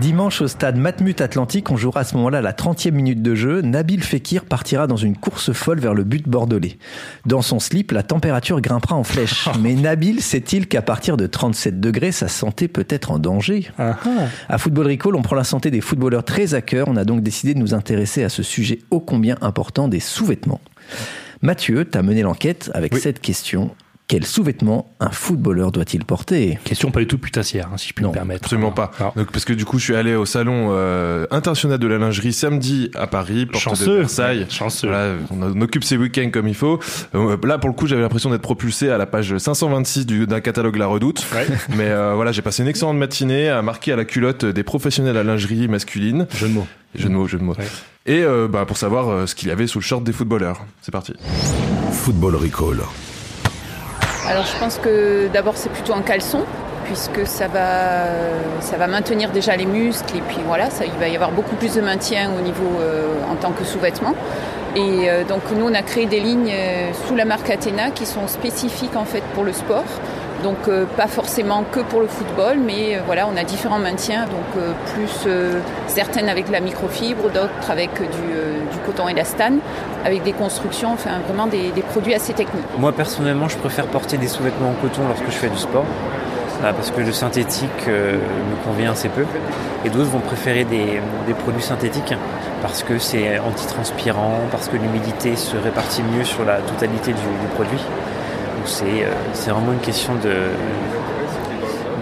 Speaker 4: Dimanche au stade Matmut Atlantique, on jouera à ce moment-là la 30e minute de jeu. Nabil Fekir partira dans une course folle vers le but bordelais. Dans son slip, la température grimpera en flèche. Mais Nabil sait-il qu'à partir de 37 degrés, sa santé peut être en danger
Speaker 3: Ah, ah.
Speaker 4: À Football Recall, on prend la santé des footballeurs très à cœur. On a donc décidé de nous intéresser à ce sujet ô combien important des sous-vêtements. Mathieu, t'as mené l'enquête avec cette question. Quel sous-vêtement un footballeur doit-il porter
Speaker 3: Question pas du tout putassière, hein, si je puis
Speaker 4: Non,
Speaker 3: me permettre.
Speaker 9: Absolument pas.
Speaker 3: Non.
Speaker 9: Donc, parce que du coup, je suis allé au salon euh, international de la lingerie samedi à Paris, porte de
Speaker 3: Chanceux.
Speaker 9: Versailles.
Speaker 3: Chanceux.
Speaker 9: Voilà, on, on occupe ses week-ends comme il faut. Euh, là, pour le coup, j'avais l'impression d'être propulsé à la page 526 du- d'un catalogue La Redoute.
Speaker 3: Ouais.
Speaker 9: Mais euh, voilà, j'ai passé une excellente matinée à marquer à la culotte des professionnels à lingerie masculine.
Speaker 3: Jeu de mots.
Speaker 9: Jeu de mots, jeu de mots.
Speaker 3: Ouais.
Speaker 9: Et euh, bah, pour savoir euh, ce qu'il y avait sous le short des footballeurs. C'est parti.
Speaker 2: Football Recall.
Speaker 7: Alors je pense que d'abord c'est plutôt un caleçon puisque ça va, ça va maintenir déjà les muscles et puis voilà, ça, il va y avoir beaucoup plus de maintien au niveau euh, en tant que sous-vêtement. Et euh, donc nous on a créé des lignes euh, sous la marque Athéna qui sont spécifiques en fait pour le sport Donc euh, pas forcément que pour le football, mais euh, voilà, on a différents maintiens, donc euh, plus euh, certaines avec de la microfibre, d'autres avec du, euh, du coton élastane, avec des constructions, enfin vraiment des, des produits assez techniques.
Speaker 10: Moi personnellement, je préfère porter des sous-vêtements en coton lorsque je fais du sport, euh, parce que le synthétique euh, me convient assez peu. Et d'autres vont préférer des, des produits synthétiques parce que c'est antitranspirant, parce que l'humidité se répartit mieux sur la totalité du, du produit. Donc c'est euh, c'est vraiment une question de,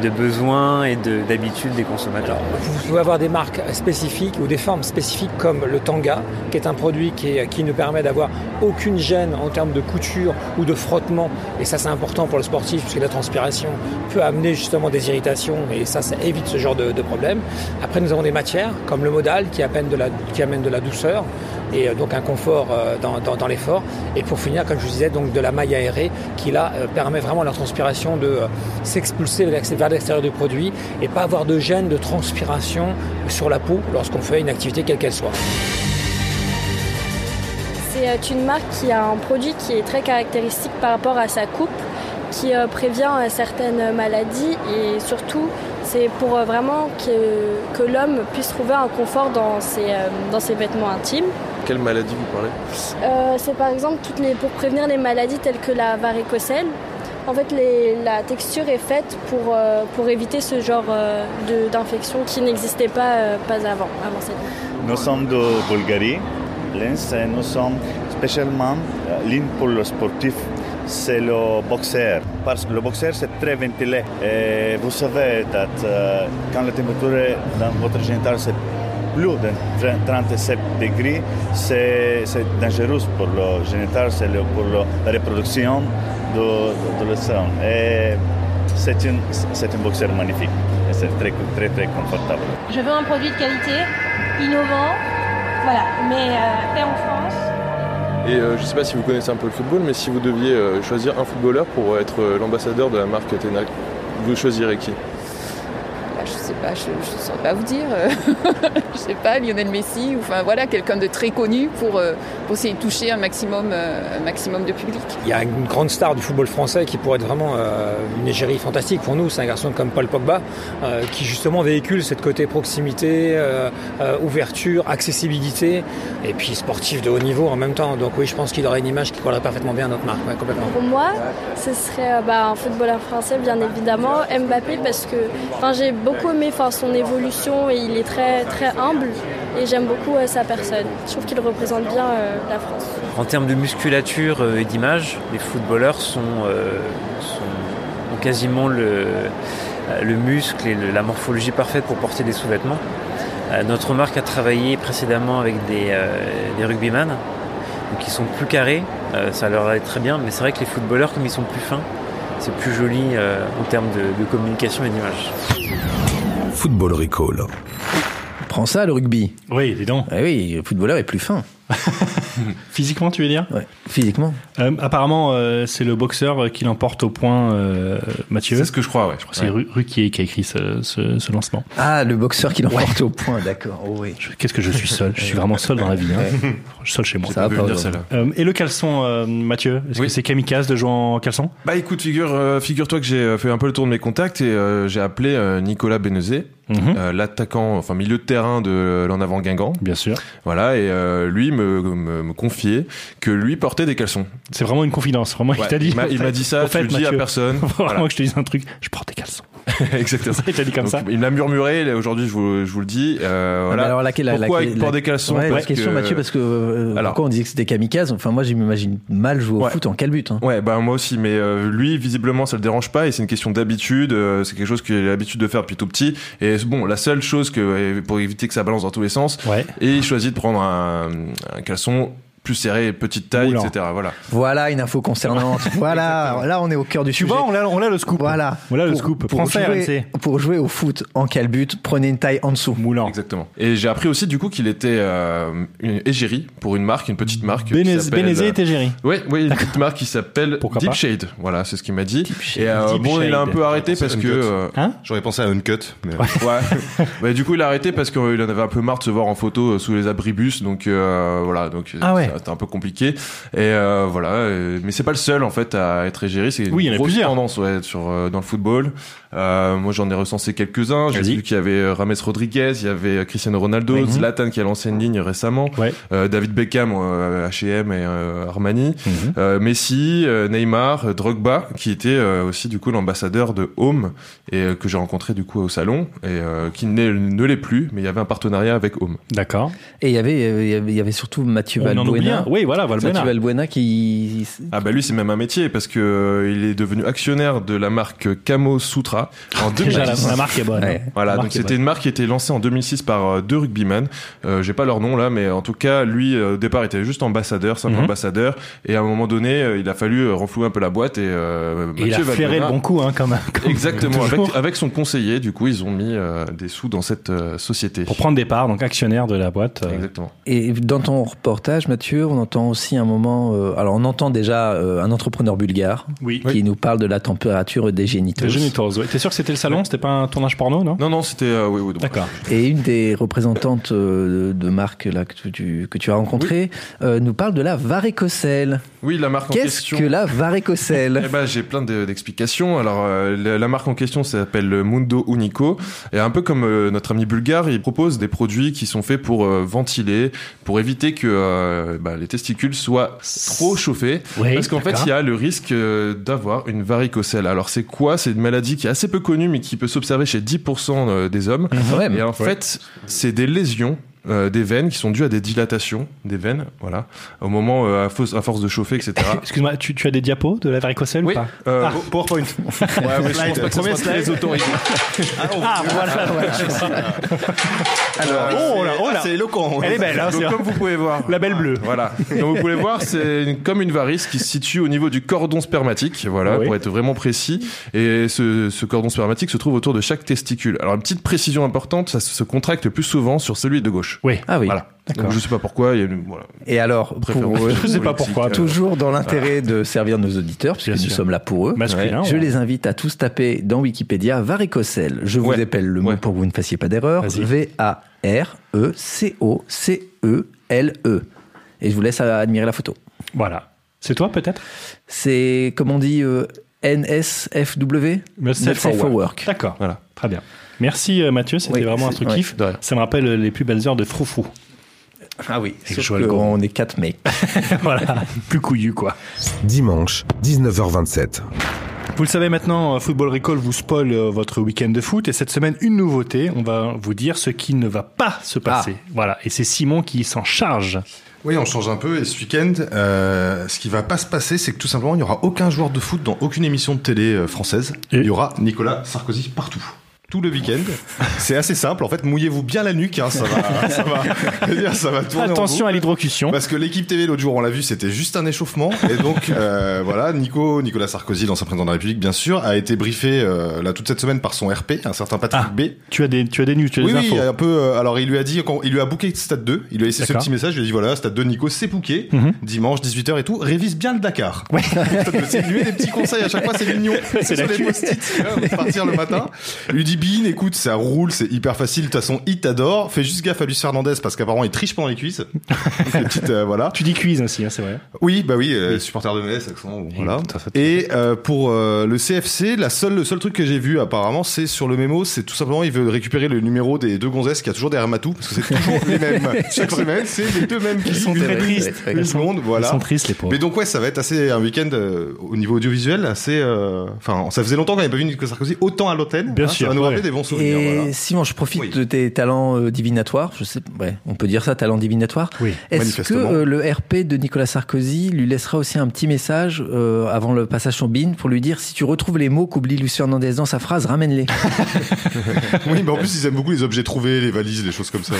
Speaker 10: de besoin et de- d'habitude des consommateurs.
Speaker 11: Vous pouvez avoir des marques spécifiques ou des formes spécifiques comme le tanga, qui est un produit qui, est- qui ne permet d'avoir aucune gêne en termes de couture ou de frottement. Et ça, c'est important pour le sportif, puisque la transpiration peut amener justement des irritations, et ça, ça évite ce genre de, de problème. Après, nous avons des matières, comme le modal, qui amène de la, qui amène de la douceur, et euh, donc un confort euh, dans, dans- dans l'effort. Et pour finir, comme je vous disais, donc de la maille aérée, qui là euh, permet vraiment à la transpiration de euh, s'expulser vers l'ex- vers l'extérieur du produit, et pas avoir de gêne de transpiration sur la peau lorsqu'on fait une activité quelle qu'elle soit.
Speaker 5: C'est euh, une marque qui a un produit qui est très caractéristique par rapport à sa coupe, qui euh, prévient euh, certaines maladies et surtout c'est pour euh, vraiment que, que l'homme puisse trouver un confort dans ses, euh, dans ses vêtements intimes.
Speaker 9: Quelle maladie vous parlez
Speaker 5: Euh, c'est par exemple toutes les, pour prévenir les maladies telles que la varicocèle. En fait, les- la texture est faite pour, euh, pour éviter ce genre euh, de- d'infection qui n'existait pas, euh, pas avant, avant cette
Speaker 12: Nous sommes de Bulgarie, Lens, et nous sommes spécialement euh, l'une pour le sportif, c'est le boxeur. Parce que le boxeur, c'est très ventilé. Et vous savez, that, euh, quand la température dans votre génital, c'est plus de 30 37 degrés, c'est c'est dangereux pour le génital, c'est le- pour le- la reproduction de, de, de le sang. Et c'est une- c'est un boxeur magnifique. Et C'est très, très, très confortable.
Speaker 13: Je veux un produit de qualité, innovant, voilà, mais euh, fait en France.
Speaker 9: Et euh, je sais pas si vous connaissez un peu le football, mais si vous deviez euh, choisir un footballeur pour être euh, l'ambassadeur de la marque Tenac, vous choisirez qui
Speaker 7: Bah, je sais pas, je ne saurais pas vous dire. euh, je sais pas, Lionel Messi, ou enfin voilà, quelqu'un de très connu pour, euh, pour essayer de toucher un maximum, euh, un maximum de public.
Speaker 11: Il y a une grande star du football français qui pourrait être vraiment euh, une égérie fantastique pour nous. C'est un garçon comme Paul Pogba euh, qui justement véhicule cette côté proximité, euh, euh, ouverture, accessibilité et puis sportif de haut niveau en même temps. Donc oui, je pense qu'il aurait une image qui collerait parfaitement bien à notre marque, ouais, complètement.
Speaker 5: Pour moi, ce serait euh, bah, un footballeur français, bien évidemment, Mbappé, parce que enfin, j'ai beaucoup aimé enfin, son évolution et il est très, très humble et j'aime beaucoup euh, sa personne. Je trouve qu'il représente bien euh, la France.
Speaker 10: En termes de musculature euh, et d'image, les footballeurs sont, euh, sont- ont quasiment le, euh, le muscle et le- la morphologie parfaite pour porter des sous-vêtements. Euh, notre marque a travaillé précédemment avec des, euh, des rugbyman, donc ils sont plus carrés, euh, ça leur allait très bien, mais c'est vrai que les footballeurs, comme ils sont plus fins, c'est plus joli euh, en termes de- de communication et d'image.
Speaker 2: Football Recall.
Speaker 4: Prends ça, le rugby. Eh
Speaker 3: Oui, dis donc.
Speaker 4: oui, le footballeur est plus fin.
Speaker 3: Physiquement, tu veux dire
Speaker 4: Ouais, physiquement.
Speaker 3: Euh, apparemment, euh, c'est le boxeur euh, qui l'emporte au point, euh, Mathieu. C'est ce
Speaker 9: que je crois, ouais.
Speaker 3: Je crois que c'est Ru- Ruquier qui a écrit ce, ce- ce lancement.
Speaker 4: Ah, le boxeur qui l'emporte au point, d'accord. Oh, oui.
Speaker 3: Qu'est-ce que je suis seul Je suis vraiment seul dans la vie. hein.
Speaker 4: Ouais.
Speaker 3: Je suis seul chez moi.
Speaker 4: Ça va pas, ouais.
Speaker 3: Euh, et le caleçon, euh, Mathieu Est-ce que c'est kamikaze de jouer en caleçon
Speaker 9: Bah écoute, figure, euh, figure-toi que j'ai euh, fait un peu le tour de mes contacts et euh, j'ai appelé euh, Nicolas Bénezé,
Speaker 3: Mmh.
Speaker 9: euh, l'attaquant, enfin milieu de terrain de euh, l'en avant Guingamp.
Speaker 3: Mhm. Bien sûr.
Speaker 9: Voilà, et euh, lui me, me, me confiait que lui portait des caleçons.
Speaker 3: C'est vraiment une confidence. Vraiment, il
Speaker 9: Ouais,
Speaker 3: t'a dit.
Speaker 9: il m'a- il m'a dit ça,
Speaker 3: Au fait,
Speaker 9: tu le dis à
Speaker 3: Mathieu,
Speaker 9: personne.
Speaker 3: faut Vraiment
Speaker 9: Voilà.
Speaker 3: que je te dise un truc. Je porte des caleçons.
Speaker 9: Exactement.
Speaker 3: Il t'a dit comme ça. bah,
Speaker 9: Il me l'a murmuré, là, aujourd'hui je vous, je vous le dis. euh, voilà.
Speaker 4: Ah, mais alors, laquelle, la-
Speaker 9: Pourquoi
Speaker 4: laquelle-
Speaker 9: il porte
Speaker 4: la-
Speaker 9: des caleçons
Speaker 4: Ouais,
Speaker 9: Parce
Speaker 4: la question,
Speaker 9: que-
Speaker 4: Mathieu, parce que euh,
Speaker 9: Alors.
Speaker 4: pourquoi on disait que c'était kamikaze Enfin, moi, je m'imagine mal jouer au
Speaker 9: Ouais.
Speaker 4: foot en calbute. hein.
Speaker 9: Ouais, bah moi aussi, mais euh, lui, visiblement, ça le dérange pas et c'est une question d'habitude. euh, c'est quelque chose qu'il a l'habitude de faire depuis tout petit. Et bon, la seule chose que pour éviter que ça balance dans tous les sens, et il choisit de prendre un, un caleçon plus serré, petite taille,
Speaker 4: Moulant.
Speaker 9: etc. Voilà.
Speaker 4: Voilà une info concernante. voilà, là, on est au cœur du sujet.
Speaker 3: vois, on l'a, le scoop.
Speaker 4: Voilà.
Speaker 3: On l'a le
Speaker 4: Pour-
Speaker 3: scoop.
Speaker 4: Pour,
Speaker 3: Prends ça,
Speaker 4: jouer, pour jouer au foot en calbute, prenez une taille en dessous.
Speaker 3: Moulant.
Speaker 9: Exactement. Et j'ai appris aussi du coup qu'il était euh, une égérie pour une marque, une petite marque.
Speaker 3: Bénézé- Bénézé est égérie.
Speaker 9: Oui, oui, une petite marque qui s'appelle Deep
Speaker 3: pas.
Speaker 9: Shade. Voilà, c'est ce qu'il m'a dit. Et euh,
Speaker 8: Deep
Speaker 9: bon, il a un
Speaker 8: Shade.
Speaker 9: peu arrêté
Speaker 8: J'aurais
Speaker 9: parce
Speaker 8: pensé
Speaker 9: que.
Speaker 8: à Uncut.
Speaker 9: euh,
Speaker 8: J'aurais pensé à Uncut. Mais...
Speaker 9: Ouais. Bah, du coup, il a arrêté parce qu'il en avait un peu marre de se voir en photo euh, sous les abribus. Donc euh, voilà, donc
Speaker 3: Ah ouais.
Speaker 9: ça, c'était un peu compliqué. Et euh, voilà, euh, mais c'est pas le seul en fait à être égéré. C'est une
Speaker 3: Oui, il y en a
Speaker 9: grosse
Speaker 3: plusieurs.
Speaker 9: tendance ouais, sur euh, dans le football. Euh, moi, j'en ai recensé quelques-uns. J'ai
Speaker 3: Vas-y.
Speaker 9: vu qu'il y avait euh, Rames Rodriguez, il y avait euh, Cristiano Ronaldo,
Speaker 3: Mhm.
Speaker 9: Zlatan qui a lancé une ligne récemment, euh, David Beckham, euh, H&M et euh, Armani, euh, Messi, euh, Neymar, euh, Drogba, qui était euh, aussi du coup l'ambassadeur de Home et euh, que j'ai rencontré du coup au salon et euh, qui n'est- ne l'est plus, mais il y avait un partenariat avec Home.
Speaker 3: D'accord.
Speaker 4: Et il y avait, euh, il y avait- il y avait surtout Mathieu
Speaker 9: On en oublie
Speaker 4: Valbuena.
Speaker 9: un. Oui, voilà, Valbuena.
Speaker 4: Mathieu Valbuena qui.
Speaker 9: Ah bah lui c'est même un métier parce que euh, il est devenu actionnaire de la marque Camo Sutra en
Speaker 3: Déjà,
Speaker 9: 2006.
Speaker 3: la- la marque est bonne, hein. La
Speaker 9: Voilà,
Speaker 3: marque
Speaker 9: donc
Speaker 3: est
Speaker 9: c'était
Speaker 3: bonne.
Speaker 9: une marque qui était lancée en 2006 par euh, deux rugbymen. Euh, J'ai pas leur nom là, mais en tout cas lui euh, au départ était juste ambassadeur, simple
Speaker 3: Mhm.
Speaker 9: ambassadeur, et à un moment donné euh, il a fallu euh, renflouer un peu la boîte et, euh,
Speaker 3: Et il a
Speaker 9: Mathieu
Speaker 3: flairé le
Speaker 9: Valbuena-
Speaker 3: bon coup, hein, quand même.
Speaker 9: Exactement, avec,
Speaker 3: Toujours.
Speaker 9: avec son conseiller, du coup, ils ont mis euh, des sous dans cette euh, société.
Speaker 3: Pour prendre des parts, donc actionnaire de la boîte. euh,
Speaker 9: Exactement.
Speaker 4: Et dans ton reportage, Mathieu, on entend aussi un moment. euh, alors, on entend déjà euh, un entrepreneur bulgare
Speaker 3: Oui.
Speaker 4: qui nous parle de la température des génitaux.
Speaker 3: Des génitors, ouais. T'es sûr que c'était le salon C'était pas un tournage porno, non
Speaker 9: Non, non, c'était. euh, oui, oui,
Speaker 3: D'accord.
Speaker 4: Et une des représentantes euh, de marque là, que, tu, que tu as rencontrée euh, nous parle de la varicocèle.
Speaker 9: Oui, la marque en
Speaker 4: Qu'est-ce
Speaker 9: question.
Speaker 4: que la varicocèle
Speaker 9: Eh ben, j'ai plein de- d'explications. Alors, euh, la, la marque en question s'appelle Mundo Unico. Et un peu comme euh, notre ami bulgare, il propose des produits qui sont faits pour euh, ventiler, pour éviter que euh, bah, les testicules soient trop chauffés.
Speaker 3: Oui,
Speaker 9: parce qu'en fait,
Speaker 3: d'accord.
Speaker 9: il y a le risque euh, d'avoir une varicocèle. Alors, c'est quoi C'est une maladie qui est assez peu connue, mais qui peut s'observer chez 10% euh, des hommes.
Speaker 4: Quand même.
Speaker 9: Et en
Speaker 4: Ouais.
Speaker 9: fait, c'est des lésions. euh, des veines qui sont dues à des dilatations des veines voilà au moment euh, à, fausse- à force de chauffer etc
Speaker 3: Excuse-moi, tu, tu as des diapos de la varicocèle ou pas
Speaker 9: euh,
Speaker 3: Ah, PowerPoint.
Speaker 9: Ouais, mais je pense pas que ça
Speaker 3: Premier
Speaker 9: sera très
Speaker 3: slide.
Speaker 9: autorisé.
Speaker 3: Ah, voilà, voilà.
Speaker 9: Alors,
Speaker 3: oh là,
Speaker 8: ah,
Speaker 3: oh là.
Speaker 9: Euh, c'est éloquent.
Speaker 3: Elle est belle, hein,
Speaker 9: Donc, euh, ah.
Speaker 3: c'est-
Speaker 9: comme vous pouvez voir. La belle bleue. Voilà. Comme vous pouvez voir, c'est une- comme une varice qui se situe au niveau du cordon spermatique. Voilà,
Speaker 3: Oui.
Speaker 9: pour être vraiment précis. Et ce, ce cordon spermatique se trouve autour de chaque testicule. Alors, une petite précision importante, ça se contracte le plus souvent sur celui de gauche.
Speaker 3: Oui.
Speaker 4: Ah oui.
Speaker 9: Voilà.
Speaker 4: D'accord.
Speaker 9: Donc, je sais pas pourquoi. il y a une- voilà.
Speaker 4: Et alors,
Speaker 9: Préférence
Speaker 4: pour-
Speaker 9: politique, euh,
Speaker 4: Toujours dans l'intérêt de servir nos auditeurs, puisque nous
Speaker 9: sûr.
Speaker 4: sommes là pour eux.
Speaker 9: Masculin,
Speaker 4: Je
Speaker 9: ouais.
Speaker 4: les invite à tous taper dans Wikipédia varicocèle. Je vous appelle le mot pour que vous ne fassiez pas d'erreur. E V-A-R-E-C-O-C-E-L-E. E Et je vous laisse euh, admirer la photo.
Speaker 3: Voilà. C'est toi peut-être
Speaker 4: C'est, comme on dit, euh, NSFW
Speaker 3: Not safe for work. D'accord.
Speaker 9: Voilà.
Speaker 3: Très bien. Merci euh, Mathieu, c'était
Speaker 4: Oui,
Speaker 3: vraiment
Speaker 4: c'est-
Speaker 3: instructif. Ça me rappelle euh, les plus belles heures de Froufrou.
Speaker 4: Ah oui,
Speaker 3: Et
Speaker 4: sauf
Speaker 3: Joël
Speaker 4: que
Speaker 3: Gourmand.
Speaker 4: on est 4 mecs.
Speaker 3: voilà, plus couillu quoi.
Speaker 2: Dimanche, 19h27.
Speaker 3: Vous le savez maintenant, euh, Football Recall vous spoil euh, votre week-end de foot et cette semaine, une nouveauté. On va vous dire ce qui ne va pas se passer. Voilà, et c'est Simon qui s'en charge.
Speaker 8: Oui, on change un peu. Et ce week-end, euh, ce qui va pas se passer, c'est que tout simplement, il n'y aura aucun joueur de foot dans aucune émission de télé euh, française. Il y aura Nicolas Sarkozy partout. Tout le week-end. C'est assez simple. En fait, mouillez-vous bien la nuque. hein, ça, va, ça, va, je veux dire, ça va tourner.
Speaker 3: Attention à l'hydrocution.
Speaker 8: Parce que l'équipe TV, l'autre jour, on l'a vu, c'était juste un échauffement. Et donc, euh, voilà, Nico, Nicolas Sarkozy, l'ancien président de la République, bien sûr, a été briefé euh, là, toute cette semaine par son RP, un certain Patrick
Speaker 3: Ah.
Speaker 8: B.
Speaker 3: Tu as des, tu as des news, tu as
Speaker 8: Oui,
Speaker 3: des
Speaker 8: oui,
Speaker 3: infos.
Speaker 8: un peu. euh, alors, il lui a dit, quand, il lui a booké Stade 2. Il lui a laissé ce
Speaker 3: D'accord.
Speaker 8: petit message. Il lui a dit voilà, Stade 2, Nico, c'est booké.
Speaker 3: Mhm.
Speaker 8: Dimanche, 18h et tout. Révise bien le Dakar. Stade 2, c'est lui des petits conseils. À chaque fois, c'est mignon. C'est
Speaker 3: C'est
Speaker 8: sur
Speaker 3: la
Speaker 8: les
Speaker 3: cul.
Speaker 8: post-it. tu vois, avant de Partir le matin. Il lui dit Bean, écoute, ça roule, c'est hyper facile. De toute façon, il t'adore. Fais juste gaffe à Luis Fernandez parce qu'apparemment, il triche pendant les cuisses. Donc, les petites, euh, voilà.
Speaker 3: Tu dis cuisine aussi, hein, c'est vrai.
Speaker 8: Oui, bah oui, euh, supporter de Metz, accent, bon, voilà. Et euh, pour euh, le CFC, la seule, le seul truc que j'ai vu apparemment, c'est sur le mémo, c'est tout simplement il veut récupérer le numéro des deux gonzesses qu'il y a toujours derrière Matou, parce que c'est toujours les mêmes. Chaque semaine, c'est les deux mêmes qui
Speaker 3: sont
Speaker 8: une
Speaker 3: très
Speaker 8: Rémi,
Speaker 3: tristes.
Speaker 8: une
Speaker 3: Ils sont-
Speaker 8: blonde, voilà.
Speaker 3: ils sont tristes, les pauvres.
Speaker 8: Mais donc ouais, ça va être assez un week-end euh, au niveau audiovisuel, assez. euh, Enfin, ça faisait longtemps qu'on n'avait pas vu Nicolas Sarkozy autant à l'hôtel.
Speaker 4: Bien
Speaker 8: ça
Speaker 4: sûr,
Speaker 8: va nous rappeler
Speaker 4: ouais.
Speaker 8: des bons souvenirs.
Speaker 4: Et
Speaker 8: voilà.
Speaker 4: Simon, je profite de tes talents euh, divinatoires. Je sais, ouais, on peut dire ça, talents divinatoires. Est-ce que
Speaker 8: manifestement.
Speaker 4: euh, le RP de Nicolas Sarkozy lui laissera aussi un petit message euh, avant le passage sur BIN pour lui dire si tu retrouves les mots qu'oublie Lucien Hernandez dans sa phrase, ramène-les.
Speaker 8: oui, mais en plus ils aiment beaucoup les objets trouvés, les valises, les choses comme ça.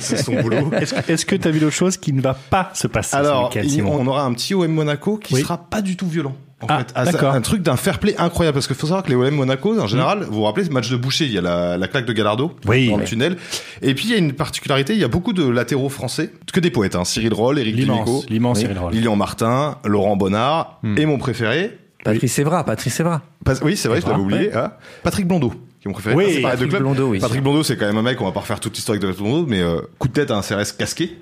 Speaker 8: c'est son boulot.
Speaker 3: Est-ce est-ce que tu as vu d'autres choses qui ne va pas se passer ce
Speaker 8: Alors,
Speaker 3: week-end,
Speaker 8: il-
Speaker 3: Simon
Speaker 8: on aura un petit OM Monaco qui sera pas du tout violent. En
Speaker 3: Ah,
Speaker 8: fait, Ah, ça-
Speaker 3: d'accord. Mm.
Speaker 8: un truc d'un fair play incroyable parce qu'il faut savoir que les OM Monaco en général, vous vous rappelez ce match de Boucher, il y a la, la claque de Gallardo
Speaker 3: Oui.
Speaker 8: dans
Speaker 3: Ouais.
Speaker 8: le tunnel et puis il y a une particularité, il y a beaucoup de latéraux français, que des poètes hein, Cyril Roll, Eric
Speaker 3: L'immense,
Speaker 8: Dimeco,
Speaker 3: l'immense Cyril Roll. Mm.
Speaker 8: Lilian Martin, Laurent Bonnard et mon préféré
Speaker 4: Patrice Evra, Patrice Evra.
Speaker 8: Pas- oui, c'est vrai, je
Speaker 4: Evra,
Speaker 8: l'avais oublié.
Speaker 4: ouais.
Speaker 8: hein. Patrick Blondeau. qui est mon préféré.
Speaker 4: Oui,
Speaker 8: Ah, c'est pareil,
Speaker 4: Patrick
Speaker 8: de club.
Speaker 4: Blondeau, oui.
Speaker 8: Patrick Blondeau, c'est quand même un mec, on va pas refaire toute l'histoire avec Patrick Blondeau, mais euh, coup de tête à un CRS casqué.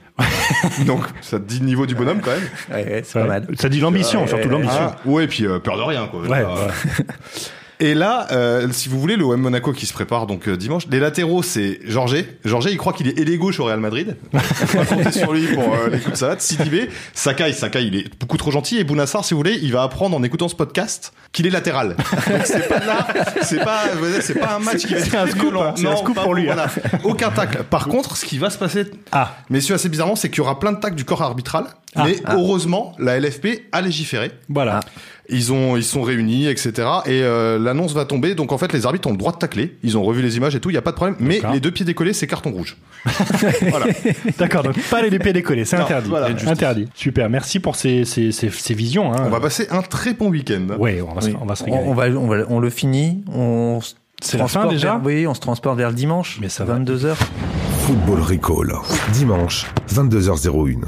Speaker 8: Donc, ça te dit le niveau du bonhomme quand même.
Speaker 4: c'est pas mal. Euh, ah.
Speaker 3: Ça dit l'ambition, surtout l'ambition.
Speaker 8: ouais, et puis euh, peur de rien, quoi. Euh, Et là, euh, si vous voulez, le OM Monaco qui se prépare donc euh, dimanche. Les latéraux, c'est Jorge. Jorge, il croit qu'il est ailé gauche au Real Madrid. On va compter sur lui pour euh, les coups de salade. Sidibé, Sakai, Sakai, il est beaucoup trop gentil. Et Bounassar, si vous voulez, il va apprendre en écoutant ce podcast qu'il est latéral. Donc, c'est pas là, c'est pas, c'est pas un match qui va
Speaker 3: C'est
Speaker 8: être
Speaker 3: un scoop,
Speaker 8: violent.
Speaker 3: hein. C'est un
Speaker 8: Non,
Speaker 3: scoop
Speaker 8: pas-
Speaker 3: pour lui, hein.
Speaker 8: voilà. Aucun tacle. Par contre, ce qui va se passer, messieurs, assez bizarrement, c'est qu'il y aura plein de tacles du corps arbitral.
Speaker 3: Ah.
Speaker 8: mais
Speaker 3: Ah.
Speaker 8: heureusement, la LFP a légiféré.
Speaker 3: Voilà.
Speaker 4: Ah.
Speaker 8: Ils ont, ils sont réunis, etc. Et euh, l'annonce va tomber. Donc en fait, les arbitres ont le droit de tacler. Ils ont revu les images et tout. Il y a pas de problème. Mais les deux pieds décollés, c'est carton rouge.
Speaker 3: D'accord, donc pas les deux pieds décollés, c'est
Speaker 8: Non,
Speaker 3: interdit.
Speaker 8: voilà.
Speaker 3: Interdit. Super, merci pour ces, ces, ces, ces visions. hein.
Speaker 8: On va passer un très bon week-end.
Speaker 3: Ouais, on va, se- on va se régaler.
Speaker 4: On, on va, on, va- on le finit. On se
Speaker 3: C'est la fin,
Speaker 4: transporte
Speaker 3: déjà
Speaker 4: vers- Oui, on se transporte vers le dimanche. Mais ça 22h.
Speaker 2: Football Recall. Dimanche, 22h01.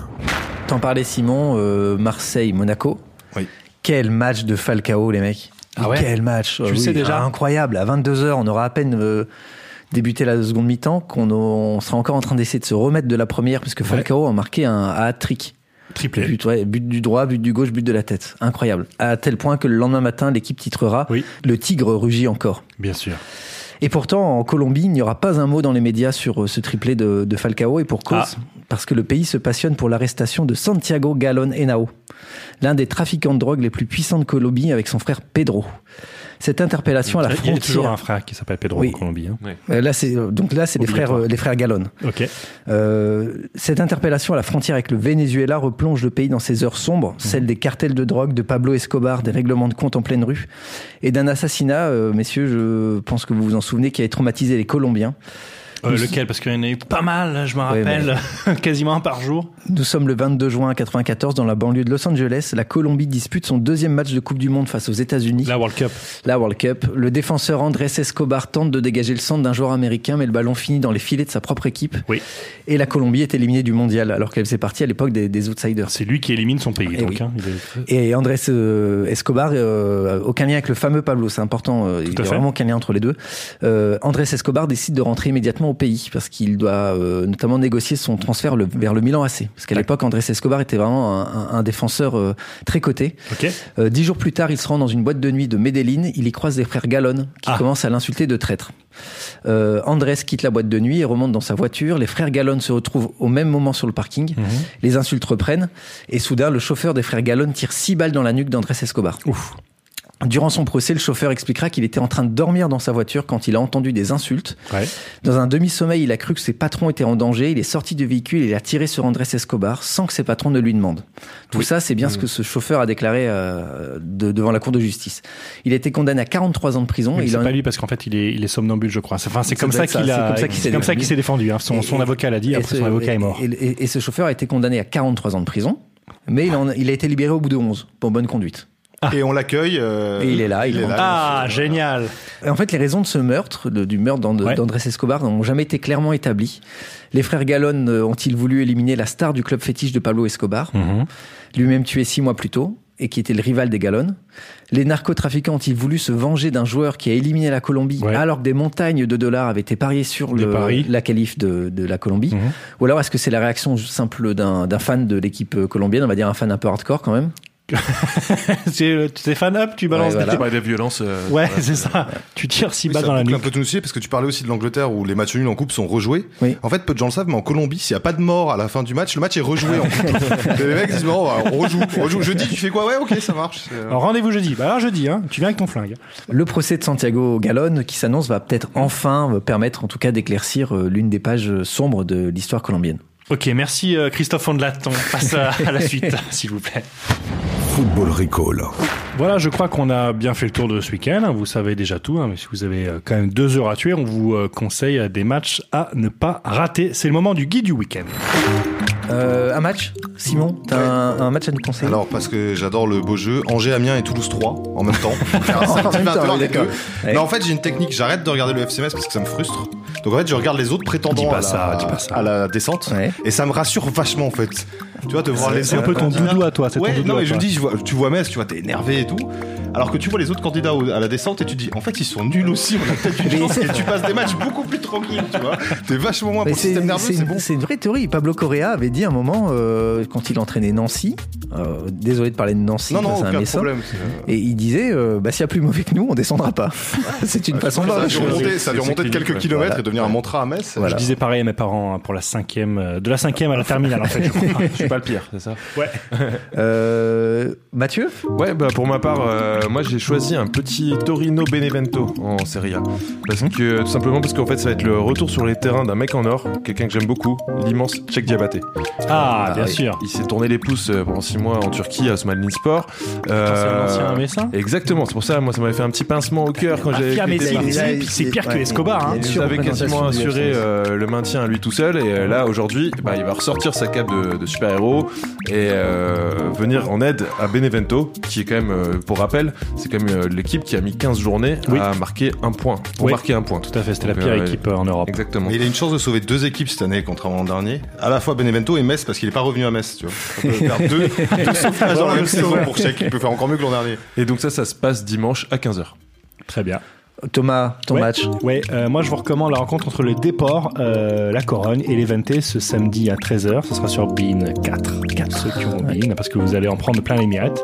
Speaker 4: T'en parlais Simon, euh, Marseille, Monaco.
Speaker 8: Oui.
Speaker 4: Quel match de Falcao les mecs.
Speaker 3: Ah ouais
Speaker 4: Quel match.
Speaker 3: Tu
Speaker 4: Oh
Speaker 3: le sais déjà
Speaker 4: ah, Incroyable. À 22h, on aura à peine euh, débuté la seconde mi-temps qu'on on sera encore en train d'essayer de se remettre de la première puisque Falcao a marqué un hat-trick.
Speaker 3: Triplé.
Speaker 4: But, ouais, but du droit, but du gauche, but de la tête. Incroyable. À tel point que le lendemain matin, l'équipe titrera Le tigre rugit encore.
Speaker 3: Bien sûr.
Speaker 4: Et pourtant, en Colombie, il n'y aura pas un mot dans les médias sur euh, ce triplé de, de Falcao et pour cause,
Speaker 3: Ah.
Speaker 4: parce que le pays se passionne pour l'arrestation de Santiago Galon Henao, l'un des trafiquants de drogue les plus puissants de Colombie avec son frère Pedro. Cette interpellation à la
Speaker 3: Il y a
Speaker 4: frontière.
Speaker 3: toujours un frère qui s'appelle Pedro
Speaker 4: Oui.
Speaker 3: en Colombie. hein.
Speaker 4: Euh, Là, c'est euh, donc là, c'est les frères,
Speaker 3: Obligatoire.
Speaker 4: euh, les frères Galon.
Speaker 3: Ok.
Speaker 4: Euh, cette interpellation à la frontière avec le Venezuela replonge le pays dans ses heures sombres,
Speaker 3: Mhm.
Speaker 4: celles des cartels de drogue, de Pablo Escobar, des règlements de compte en pleine rue, et d'un assassinat, euh, messieurs, je pense que vous vous en souvenez, qui avait traumatisé les Colombiens.
Speaker 3: Euh,
Speaker 4: Nous-
Speaker 3: lequel Parce qu'il y en a eu pas mal, je m'en
Speaker 4: Ouais,
Speaker 3: rappelle, quasiment un par jour.
Speaker 4: Nous sommes le 22 juin 1994 dans la banlieue de Los Angeles. La Colombie dispute son deuxième match de Coupe du Monde face aux États-Unis. La
Speaker 3: World Cup.
Speaker 4: La World Cup. Le défenseur Andrés Escobar tente de dégager le centre d'un joueur américain, mais le ballon finit dans les filets de sa propre équipe.
Speaker 3: Oui.
Speaker 4: Et la Colombie est éliminée du mondial, alors qu'elle faisait partie à l'époque des, des outsiders.
Speaker 3: C'est lui qui élimine son pays.
Speaker 4: Et,
Speaker 3: donc,
Speaker 4: Eh oui.
Speaker 3: hein, il est-
Speaker 4: Et Andrés euh, Escobar, euh, aucun lien avec le fameux Pablo, c'est important, euh, il n'y
Speaker 3: à
Speaker 4: a
Speaker 3: fait.
Speaker 4: vraiment aucun lien entre les deux. Euh, Andrés Escobar décide de rentrer immédiatement au pays parce qu'il doit euh, notamment négocier son transfert le- vers le Milan AC. Parce qu'à l'époque, Andrés Escobar était vraiment un, un- un défenseur euh, très coté.
Speaker 3: Ok.
Speaker 4: Euh, dix jours plus tard, il se rend dans une boîte de nuit de Medellin, il y croise les frères Gallon qui
Speaker 3: Ah.
Speaker 4: commencent à l'insulter de traître. Euh, Andrés quitte la boîte de nuit et remonte dans sa voiture. Les frères Gallon se retrouvent au même moment sur le parking. Les insultes reprennent et soudain, le chauffeur des frères Gallon tire six balles dans la nuque d'Andrés Escobar.
Speaker 3: Ouf.
Speaker 4: Durant son procès, le chauffeur expliquera qu'il était en train de dormir dans sa voiture quand il a entendu des insultes.
Speaker 3: Ouais.
Speaker 4: Dans un demi-sommeil, il a cru que ses patrons étaient en danger. Il est sorti du véhicule et il a tiré sur Andrés Escobar sans que ses patrons ne lui demandent. Tout ça, c'est
Speaker 3: Mmh.
Speaker 4: bien ce que ce chauffeur a déclaré euh, de- devant la Cour de justice. Il a été condamné à 43 ans de prison.
Speaker 3: Mais
Speaker 4: et il
Speaker 3: c'est
Speaker 4: en-
Speaker 3: pas lui parce qu'en fait il est, il est somnambule je crois. Enfin c'est
Speaker 4: Ça
Speaker 3: comme
Speaker 4: doit
Speaker 3: ça
Speaker 4: être ça,
Speaker 3: qu'il
Speaker 4: c'est
Speaker 3: a
Speaker 4: comme ça qu'il s'est
Speaker 3: c'est comme ça qu'il s'est défendu. hein. Son,
Speaker 4: Et-
Speaker 3: son avocat l'a dit.
Speaker 4: et
Speaker 3: Après
Speaker 4: ce-
Speaker 3: son avocat est mort.
Speaker 4: Et, et- et ce chauffeur a été condamné à 43 ans de prison, mais il, en a, il a été libéré au bout de 11 pour bonne conduite.
Speaker 8: Et on l'accueille. euh,
Speaker 4: Et il est là, il, rentre.
Speaker 3: ah génial.
Speaker 4: Et En fait, les raisons de ce meurtre, de- du meurtre d'And- d'Andrés Escobar, n'ont jamais été clairement établies. Les frères Gallon euh, ont-ils voulu éliminer la star du club fétiche de Pablo Escobar,
Speaker 3: Mm.
Speaker 4: lui-même tué six mois plus tôt et qui était le rival des Gallon Les narcotrafiquants ont-ils voulu se venger d'un joueur qui a éliminé la Colombie alors que des montagnes de dollars avaient été pariées sur
Speaker 3: Des
Speaker 4: le-
Speaker 3: paris. Mm-hmm.
Speaker 4: la qualif de, de la Colombie Ou alors est-ce que c'est la réaction simple d'un d'un fan de l'équipe euh, colombienne, on va dire un fan un peu hardcore quand même
Speaker 3: C'est euh, t'es fan up tu balances.
Speaker 4: Ouais, voilà.
Speaker 3: des-
Speaker 9: Bah, des violences. euh, voilà.
Speaker 3: Ouais, c'est ça. Tu tires six
Speaker 8: Oui,
Speaker 3: balles
Speaker 8: ça
Speaker 3: dans la
Speaker 8: boucle
Speaker 3: nuque.
Speaker 8: un peu tout aussi parce que tu parlais aussi de l'Angleterre où les matchs nuls en coupe sont rejoués. En fait, peu de gens le savent, mais en Colombie, s'il n'y a pas de mort à la fin du match, le match est rejoué en coupe. les mecs disent bon, bah, on rejoue, on rejoue. Jeudi, tu fais quoi Ouais, ok, ça marche. C'est, euh,
Speaker 3: Alors, Rendez-vous jeudi. Bah alors jeudi hein. Tu viens avec ton flingue.
Speaker 4: Le procès de Santiago Galon qui s'annonce va peut-être enfin euh, permettre en tout cas d'éclaircir euh, l'une des pages euh, sombres de l'histoire colombienne.
Speaker 3: Ok merci euh, Christophe Fondelat. On passe à, à la suite s'il vous plaît.
Speaker 2: Football Recall.
Speaker 3: Voilà, je crois qu'on a bien fait le tour de ce week-end. Vous savez déjà tout, hein, mais si vous avez euh, quand même deux heures à tuer, on vous euh, conseille euh, des matchs à ne pas rater. C'est le moment du guide du week-end.
Speaker 4: Euh, un match Simon, t'as un, un match à nous conseiller
Speaker 8: Alors, parce que j'adore le beau jeu, Angers, Amiens et Toulouse 3 en même temps. Faire un
Speaker 4: En
Speaker 8: samedi
Speaker 4: même temps,
Speaker 8: 20h,
Speaker 4: oui,
Speaker 8: les
Speaker 4: d'accord.
Speaker 8: deux. Non, en fait, j'ai une technique, j'arrête de regarder le FCMS parce que ça me frustre. Donc, en fait, je regarde les autres prétendants
Speaker 3: Dis pas
Speaker 8: à, la,
Speaker 3: ça, dis pas
Speaker 8: à la descente et ça me rassure vachement en fait. Tu vois, de voir
Speaker 3: C'est-
Speaker 8: les
Speaker 3: c'est un peu ton doudou à toi, c'est ton
Speaker 8: Ouais,
Speaker 3: doudou
Speaker 8: non,
Speaker 3: à
Speaker 8: mais je
Speaker 3: toi.
Speaker 8: dis, je vois- tu vois Metz, tu vois, t'es énervé, et tout. Alors que tu vois les autres candidats au- à la descente et tu te dis en fait ils sont nuls aussi, on a peut-être une chance et tu passes des matchs beaucoup plus tranquilles, tu vois. T'es vachement moins
Speaker 4: Mais
Speaker 8: pour le système nerveux, c'est
Speaker 4: une-
Speaker 8: bon.
Speaker 4: c'est une vraie théorie. Pablo Correa avait dit à un moment, euh, quand il entraînait Nancy, euh, désolé de parler de Nancy,
Speaker 8: Non, non,
Speaker 4: ça, c'est
Speaker 8: aucun
Speaker 4: un
Speaker 3: hein.
Speaker 4: messin,
Speaker 8: problème, c'est-
Speaker 4: et il disait, euh, bah, s'il y a plus mauvais que nous, on descendra pas. c'est une
Speaker 8: Ouais,
Speaker 4: façon de
Speaker 8: ça a
Speaker 4: voir
Speaker 8: dû
Speaker 4: les choses.
Speaker 8: remonter- ça a dû remonter de quelques kilomètres
Speaker 4: Voilà.
Speaker 8: et devenir un mantra à Metz.
Speaker 3: Je disais pareil à mes parents hein, pour la cinquième, euh, de la cinquième à la terminale en fait. Je, crois. Je suis pas le pire, c'est ça Ouais.
Speaker 4: Euh, Mathieu
Speaker 9: Ouais, bah pour ma part, euh, moi j'ai choisi un petit Torino Benevento en Serie A. Parce que, euh, tout simplement parce qu'en fait, ça va être le retour sur les terrains d'un mec en or, quelqu'un que j'aime beaucoup, l'immense Tchèque Diabaté.
Speaker 3: Ah, bien
Speaker 9: oui.
Speaker 3: sûr.
Speaker 9: Il s'est tourné les pouces euh, pendant 6 mois en Turquie à Osmanli Sport. Euh,
Speaker 3: c'est
Speaker 8: Euh,
Speaker 3: un ancien Messin
Speaker 9: Exactement, c'est pour ça, moi ça m'avait fait un petit pincement au cœur quand
Speaker 3: Ah,
Speaker 9: j'avais.
Speaker 3: Fia
Speaker 9: écouté
Speaker 3: Messi,
Speaker 9: le-
Speaker 3: c'est- c'est pire que Escobar, hein.
Speaker 9: Il nous avait quasiment assuré euh, le maintien à lui tout seul. Et euh, là, aujourd'hui, bah, il va ressortir sa cape de, de super-héros et euh, venir en aide à Benevento, qui est quand même, euh, pour rappel, c'est quand même euh, l'équipe qui a mis 15 journées à marquer un point. Pour
Speaker 3: Oui.
Speaker 9: marquer un point.
Speaker 3: Tout à fait, c'était la
Speaker 9: Donc,
Speaker 3: pire
Speaker 9: euh,
Speaker 3: équipe euh, en Europe.
Speaker 9: Exactement.
Speaker 8: Mais il a une chance de sauver deux équipes cette année, contrairement à l'an dernier. À la fois Benevento et Metz, parce qu'il est pas revenu à Metz, tu vois. On peut faire deux, deux sauvetages dans la même saison pour chaque équipe. faire encore mieux que l'an dernier.
Speaker 9: Et donc ça, ça se passe dimanche à 15h.
Speaker 3: Très bien.
Speaker 4: Thomas, ton
Speaker 3: Ouais,
Speaker 4: match
Speaker 3: Ouais, euh, moi je vous recommande la rencontre entre le Déport, euh, la Corogne et l'Eventé ce samedi à 13h. Ce sera sur Bean 4. 4 ceux qui ont Bean, parce que vous allez en prendre plein les miettes.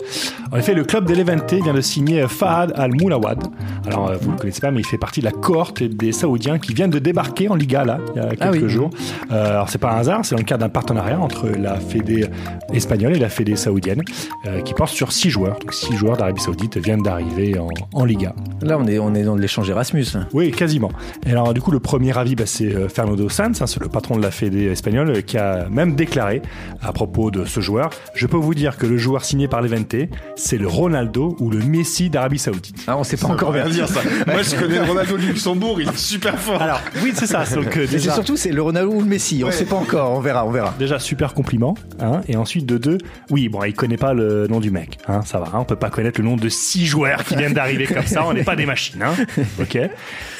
Speaker 3: En effet, le club de l'Eventé vient de signer Fahad Al-Moulawad. Alors euh, vous ne le connaissez pas, mais il fait partie de la cohorte des Saoudiens qui viennent de débarquer en Liga là, il y a quelques
Speaker 4: oui.
Speaker 3: jours. Euh, alors c'est pas un hasard, c'est dans le cadre d'un partenariat entre la Fédé espagnole et la Fédé saoudienne euh, qui porte sur 6 joueurs. Donc 6 joueurs d'Arabie Saoudite viennent d'arriver en, en Liga.
Speaker 4: Là, on est, on est dans de l'échange Erasmus. hein. là.
Speaker 3: Oui, quasiment. Et alors, du coup, le premier avis, bah, c'est euh, Fernando Sanz, hein, c'est le patron de la Fédé espagnole, euh, qui a même déclaré à propos de ce joueur Je peux vous dire que le joueur signé par l'Eventé, c'est le Ronaldo ou le Messi d'Arabie Saoudite.
Speaker 4: Ah, on sait pas
Speaker 8: Ça veut rien dire, ça. Moi, je connais le Ronaldo du Luxembourg, il est super fort.
Speaker 3: Alors, oui, c'est ça. Donc, euh,
Speaker 4: Mais c'est
Speaker 3: déjà-
Speaker 4: surtout, c'est le Ronaldo ou le Messi. On
Speaker 3: Ouais.
Speaker 4: sait pas encore. On verra, on verra.
Speaker 3: Déjà, super compliment. Hein, et ensuite, de deux, oui, bon, il connaît pas le nom du mec. Hein, ça va, hein, on peut pas connaître le nom de six joueurs qui viennent d'arriver comme ça. On n'est pas des machines. Hein, ok.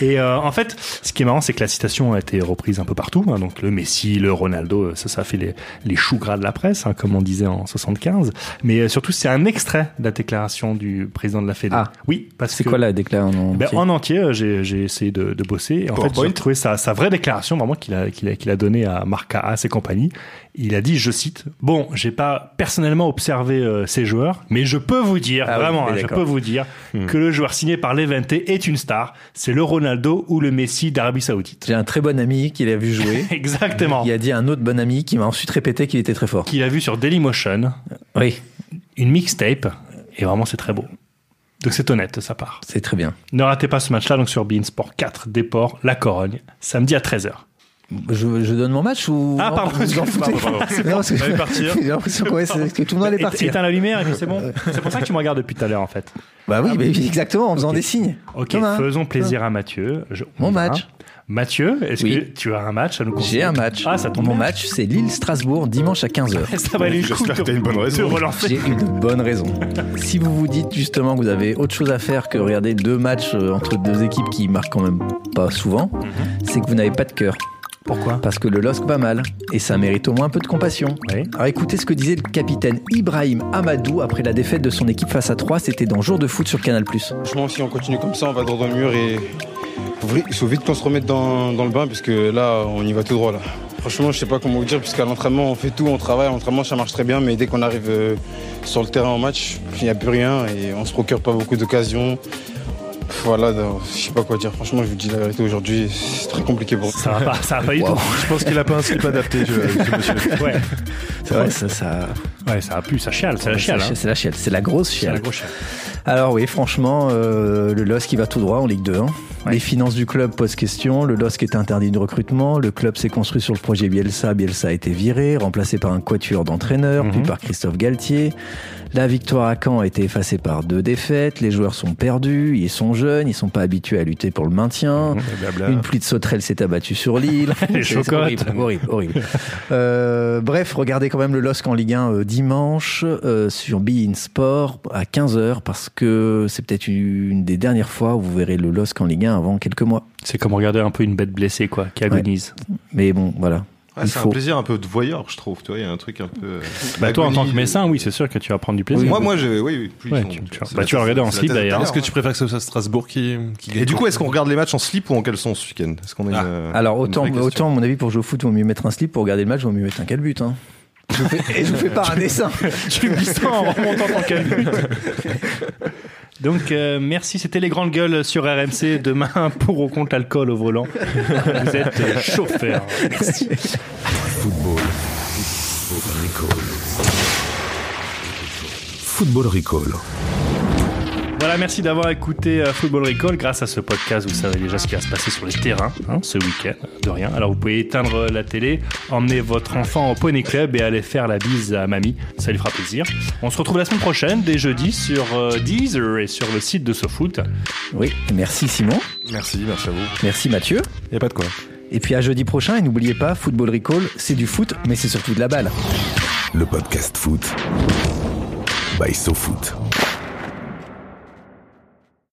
Speaker 3: Et euh, en fait, ce qui est marrant, c'est que la citation a été reprise un peu partout. hein, donc, le Messi, le Ronaldo, euh, ça, ça fait les, les choux gras de la presse, hein, comme on disait en 75. Mais euh, surtout, c'est un extrait de la déclaration du préclaration de la Fédé.
Speaker 4: Ah.
Speaker 3: oui, parce
Speaker 4: C'est
Speaker 3: que-
Speaker 4: quoi la déclaration
Speaker 3: ben, en entier, euh, j'ai j'ai essayé de, de bosser. Et en fait,
Speaker 4: PowerPoint.
Speaker 3: j'ai trouvé sa, sa vraie déclaration, vraiment, qu'il a, qu'il a, qu'il a donnée à Marc Haas et compagnie. Il a dit, je cite, Bon, j'ai pas personnellement observé euh, ces joueurs, mais je peux vous dire,
Speaker 4: Ah oui,
Speaker 3: vraiment,
Speaker 4: oui,
Speaker 3: hein, je
Speaker 4: d'accord. Hmm.
Speaker 3: peux vous dire que le joueur signé par l'Eventé est une star. C'est le Ronaldo ou le Messi d'Arabie Saoudite.
Speaker 4: J'ai un très bon ami qui l'a vu jouer.
Speaker 3: Exactement.
Speaker 4: Il a dit à un autre bon ami qui m'a ensuite répété qu'il était très fort.
Speaker 3: Qu'il a vu sur Dailymotion.
Speaker 4: Oui.
Speaker 3: Une mixtape. Et vraiment, c'est très beau. Donc c'est honnête, ça part.
Speaker 4: C'est très bien.
Speaker 3: Ne ratez pas ce match-là, donc sur Beansport 4, Déport, La Corogne, samedi à 13h.
Speaker 4: Je, je donne mon match ou
Speaker 3: Ah,
Speaker 4: non,
Speaker 3: pardon,
Speaker 4: vous en
Speaker 3: excuse-moi,
Speaker 4: foutez
Speaker 3: pardon, pardon.
Speaker 4: Non, parce que-
Speaker 3: J'allais partir.
Speaker 4: J'ai l'impression que, ouais, c'est- que tout le monde allait
Speaker 3: Éte-
Speaker 4: partir.
Speaker 3: Éteins la lumière et puis c'est bon. C'est pour ça que tu me regardes depuis tout à l'heure en fait.
Speaker 4: Bah oui, mais exactement, en faisant
Speaker 3: Ah, Ok.
Speaker 4: des signes.
Speaker 3: Ok,
Speaker 4: Thomas.
Speaker 3: faisons plaisir à Mathieu. Je-
Speaker 4: Mon
Speaker 3: on verra.
Speaker 4: match.
Speaker 3: Mathieu, est-ce que tu as un match à nous conseiller
Speaker 4: J'ai un match.
Speaker 3: Ah, ça tombe
Speaker 4: Mon
Speaker 3: bien.
Speaker 4: match, c'est Lille-Strasbourg, dimanche à 15h.
Speaker 3: Ça va aller le coup de- de relancer.
Speaker 4: J'ai une bonne raison. si vous vous dites justement que vous avez autre chose à faire que regarder deux matchs euh, entre deux équipes qui marquent quand même pas souvent, c'est que vous n'avez pas de cœur.
Speaker 3: Pourquoi
Speaker 4: Parce que le LOSC va mal et ça mérite au moins un peu de compassion. Alors écoutez ce que disait le capitaine Ibrahim Amadou après la défaite de son équipe face à 3, c'était dans Jour de foot sur Canal+.
Speaker 14: Franchement, si on continue comme ça, on va droit dans le mur et faut vri- il faut vite qu'on se remette dans, dans le bain parce que là, on y va tout droit. Là. Franchement, je sais pas comment vous dire, puisqu'à l'entraînement, on fait tout, on travaille, à l'entraînement, ça marche très bien, mais dès qu'on arrive euh, sur le terrain en match, il n'y a plus rien et on se procure pas beaucoup d'occasions. Voilà, donc, je sais pas quoi dire. Franchement, je vous dis la vérité aujourd'hui, c'est très compliqué pour
Speaker 3: Ça va pas, ça va pas du
Speaker 14: Wow.
Speaker 3: tout.
Speaker 9: Je pense qu'il a pas un slip adapté, je- je- monsieur.
Speaker 3: Ouais.
Speaker 4: C'est vrai, ça, ça...
Speaker 3: Ouais, ça a pu, ça chiale, c'est la
Speaker 4: Ouais,
Speaker 3: chiale.
Speaker 4: c'est
Speaker 3: hein.
Speaker 4: la chi- C'est la chiale, c'est la grosse
Speaker 3: C'est la
Speaker 4: chiale.
Speaker 3: grosse chiale.
Speaker 4: Alors oui, franchement, euh, le LOSC qui va tout droit en Ligue 2. hein. Les finances du club posent question, le LOSC est interdit de recrutement, le club s'est construit sur le projet Bielsa, Bielsa a été viré, remplacé par un quatuor d'entraîneurs, puis par Christophe Galtier. La victoire à Caen a été effacée par deux défaites, les joueurs sont perdus, ils sont jeunes, ils sont pas habitués à lutter pour le maintien.
Speaker 9: blabla.
Speaker 4: Une pluie de sauterelles s'est abattue sur l'île.
Speaker 3: Les
Speaker 4: C'est- c'est
Speaker 3: chocottes.
Speaker 4: horrible, horrible, horrible. Euh, bref, regardez quand même le LOSC en Ligue 1 euh, dimanche euh, sur Be In Sport à 15h parce que c'est peut-être une, une des dernières fois où vous verrez le LOSC en Ligue 1 avant quelques mois.
Speaker 3: C'est comme regarder un peu une bête blessée quoi, qui agonise.
Speaker 4: Mais bon, voilà.
Speaker 8: Ouais,
Speaker 4: Il
Speaker 8: Ah, c'est
Speaker 4: faut-
Speaker 8: un plaisir un peu de voyeur, je trouve. Tu vois, il y a un truc un peu. euh,
Speaker 3: Bah, toi, en
Speaker 8: agonie.
Speaker 3: tant que médecin, oui, c'est sûr que tu vas prendre du plaisir.
Speaker 8: Moi, moi, j'ai- oui, oui, plus
Speaker 3: Ouais,
Speaker 8: ils ont-
Speaker 3: tu, tu vas-
Speaker 8: c'est
Speaker 3: bah,
Speaker 8: la
Speaker 3: tu vas
Speaker 8: thèse-
Speaker 3: regarder
Speaker 8: c'est
Speaker 3: en
Speaker 8: la
Speaker 3: slip
Speaker 8: thèse
Speaker 3: d'ailleurs.
Speaker 8: Est-ce que
Speaker 9: tu préfères que ce soit Strasbourg qui,
Speaker 8: Et du coup, est-ce qu'on regarde les matchs en slip ou en caleçon ce week-end Est-ce qu'on a une- euh,
Speaker 4: Alors
Speaker 8: une
Speaker 4: autant,
Speaker 8: vraie question
Speaker 4: autant à mon avis pour jouer au foot, il vaut mieux mettre un slip pour regarder le match, il vaut mieux mettre un calbut. Hein. Je vous fais- et je vous fais pas un dessin.
Speaker 3: tu me dis ça en remontant ton calbut. Donc, euh, merci. C'était les grandes gueules sur RMC. Demain, pour ou contre l'alcool au volant, vous êtes euh, chauffeur. Merci.
Speaker 2: Football. Football Recall. Football Recall.
Speaker 3: Voilà, merci d'avoir écouté euh, Football Recall. Grâce à ce podcast, vous savez déjà ce qui va se passer sur les terrains hein, ce week-end, de rien. Alors vous pouvez éteindre euh, la télé, emmener votre enfant au Poney Club et aller faire la bise à mamie. Ça lui fera plaisir. On se retrouve la semaine prochaine, dès jeudi, sur euh, Deezer et sur le site de SoFoot.
Speaker 4: Oui, merci Simon.
Speaker 8: Merci, merci à vous.
Speaker 4: Merci Mathieu.
Speaker 9: Y a pas de quoi.
Speaker 4: Et puis à jeudi prochain, et n'oubliez pas, Football Recall, c'est du foot, mais c'est surtout de la balle.
Speaker 2: Le podcast foot. By SoFoot.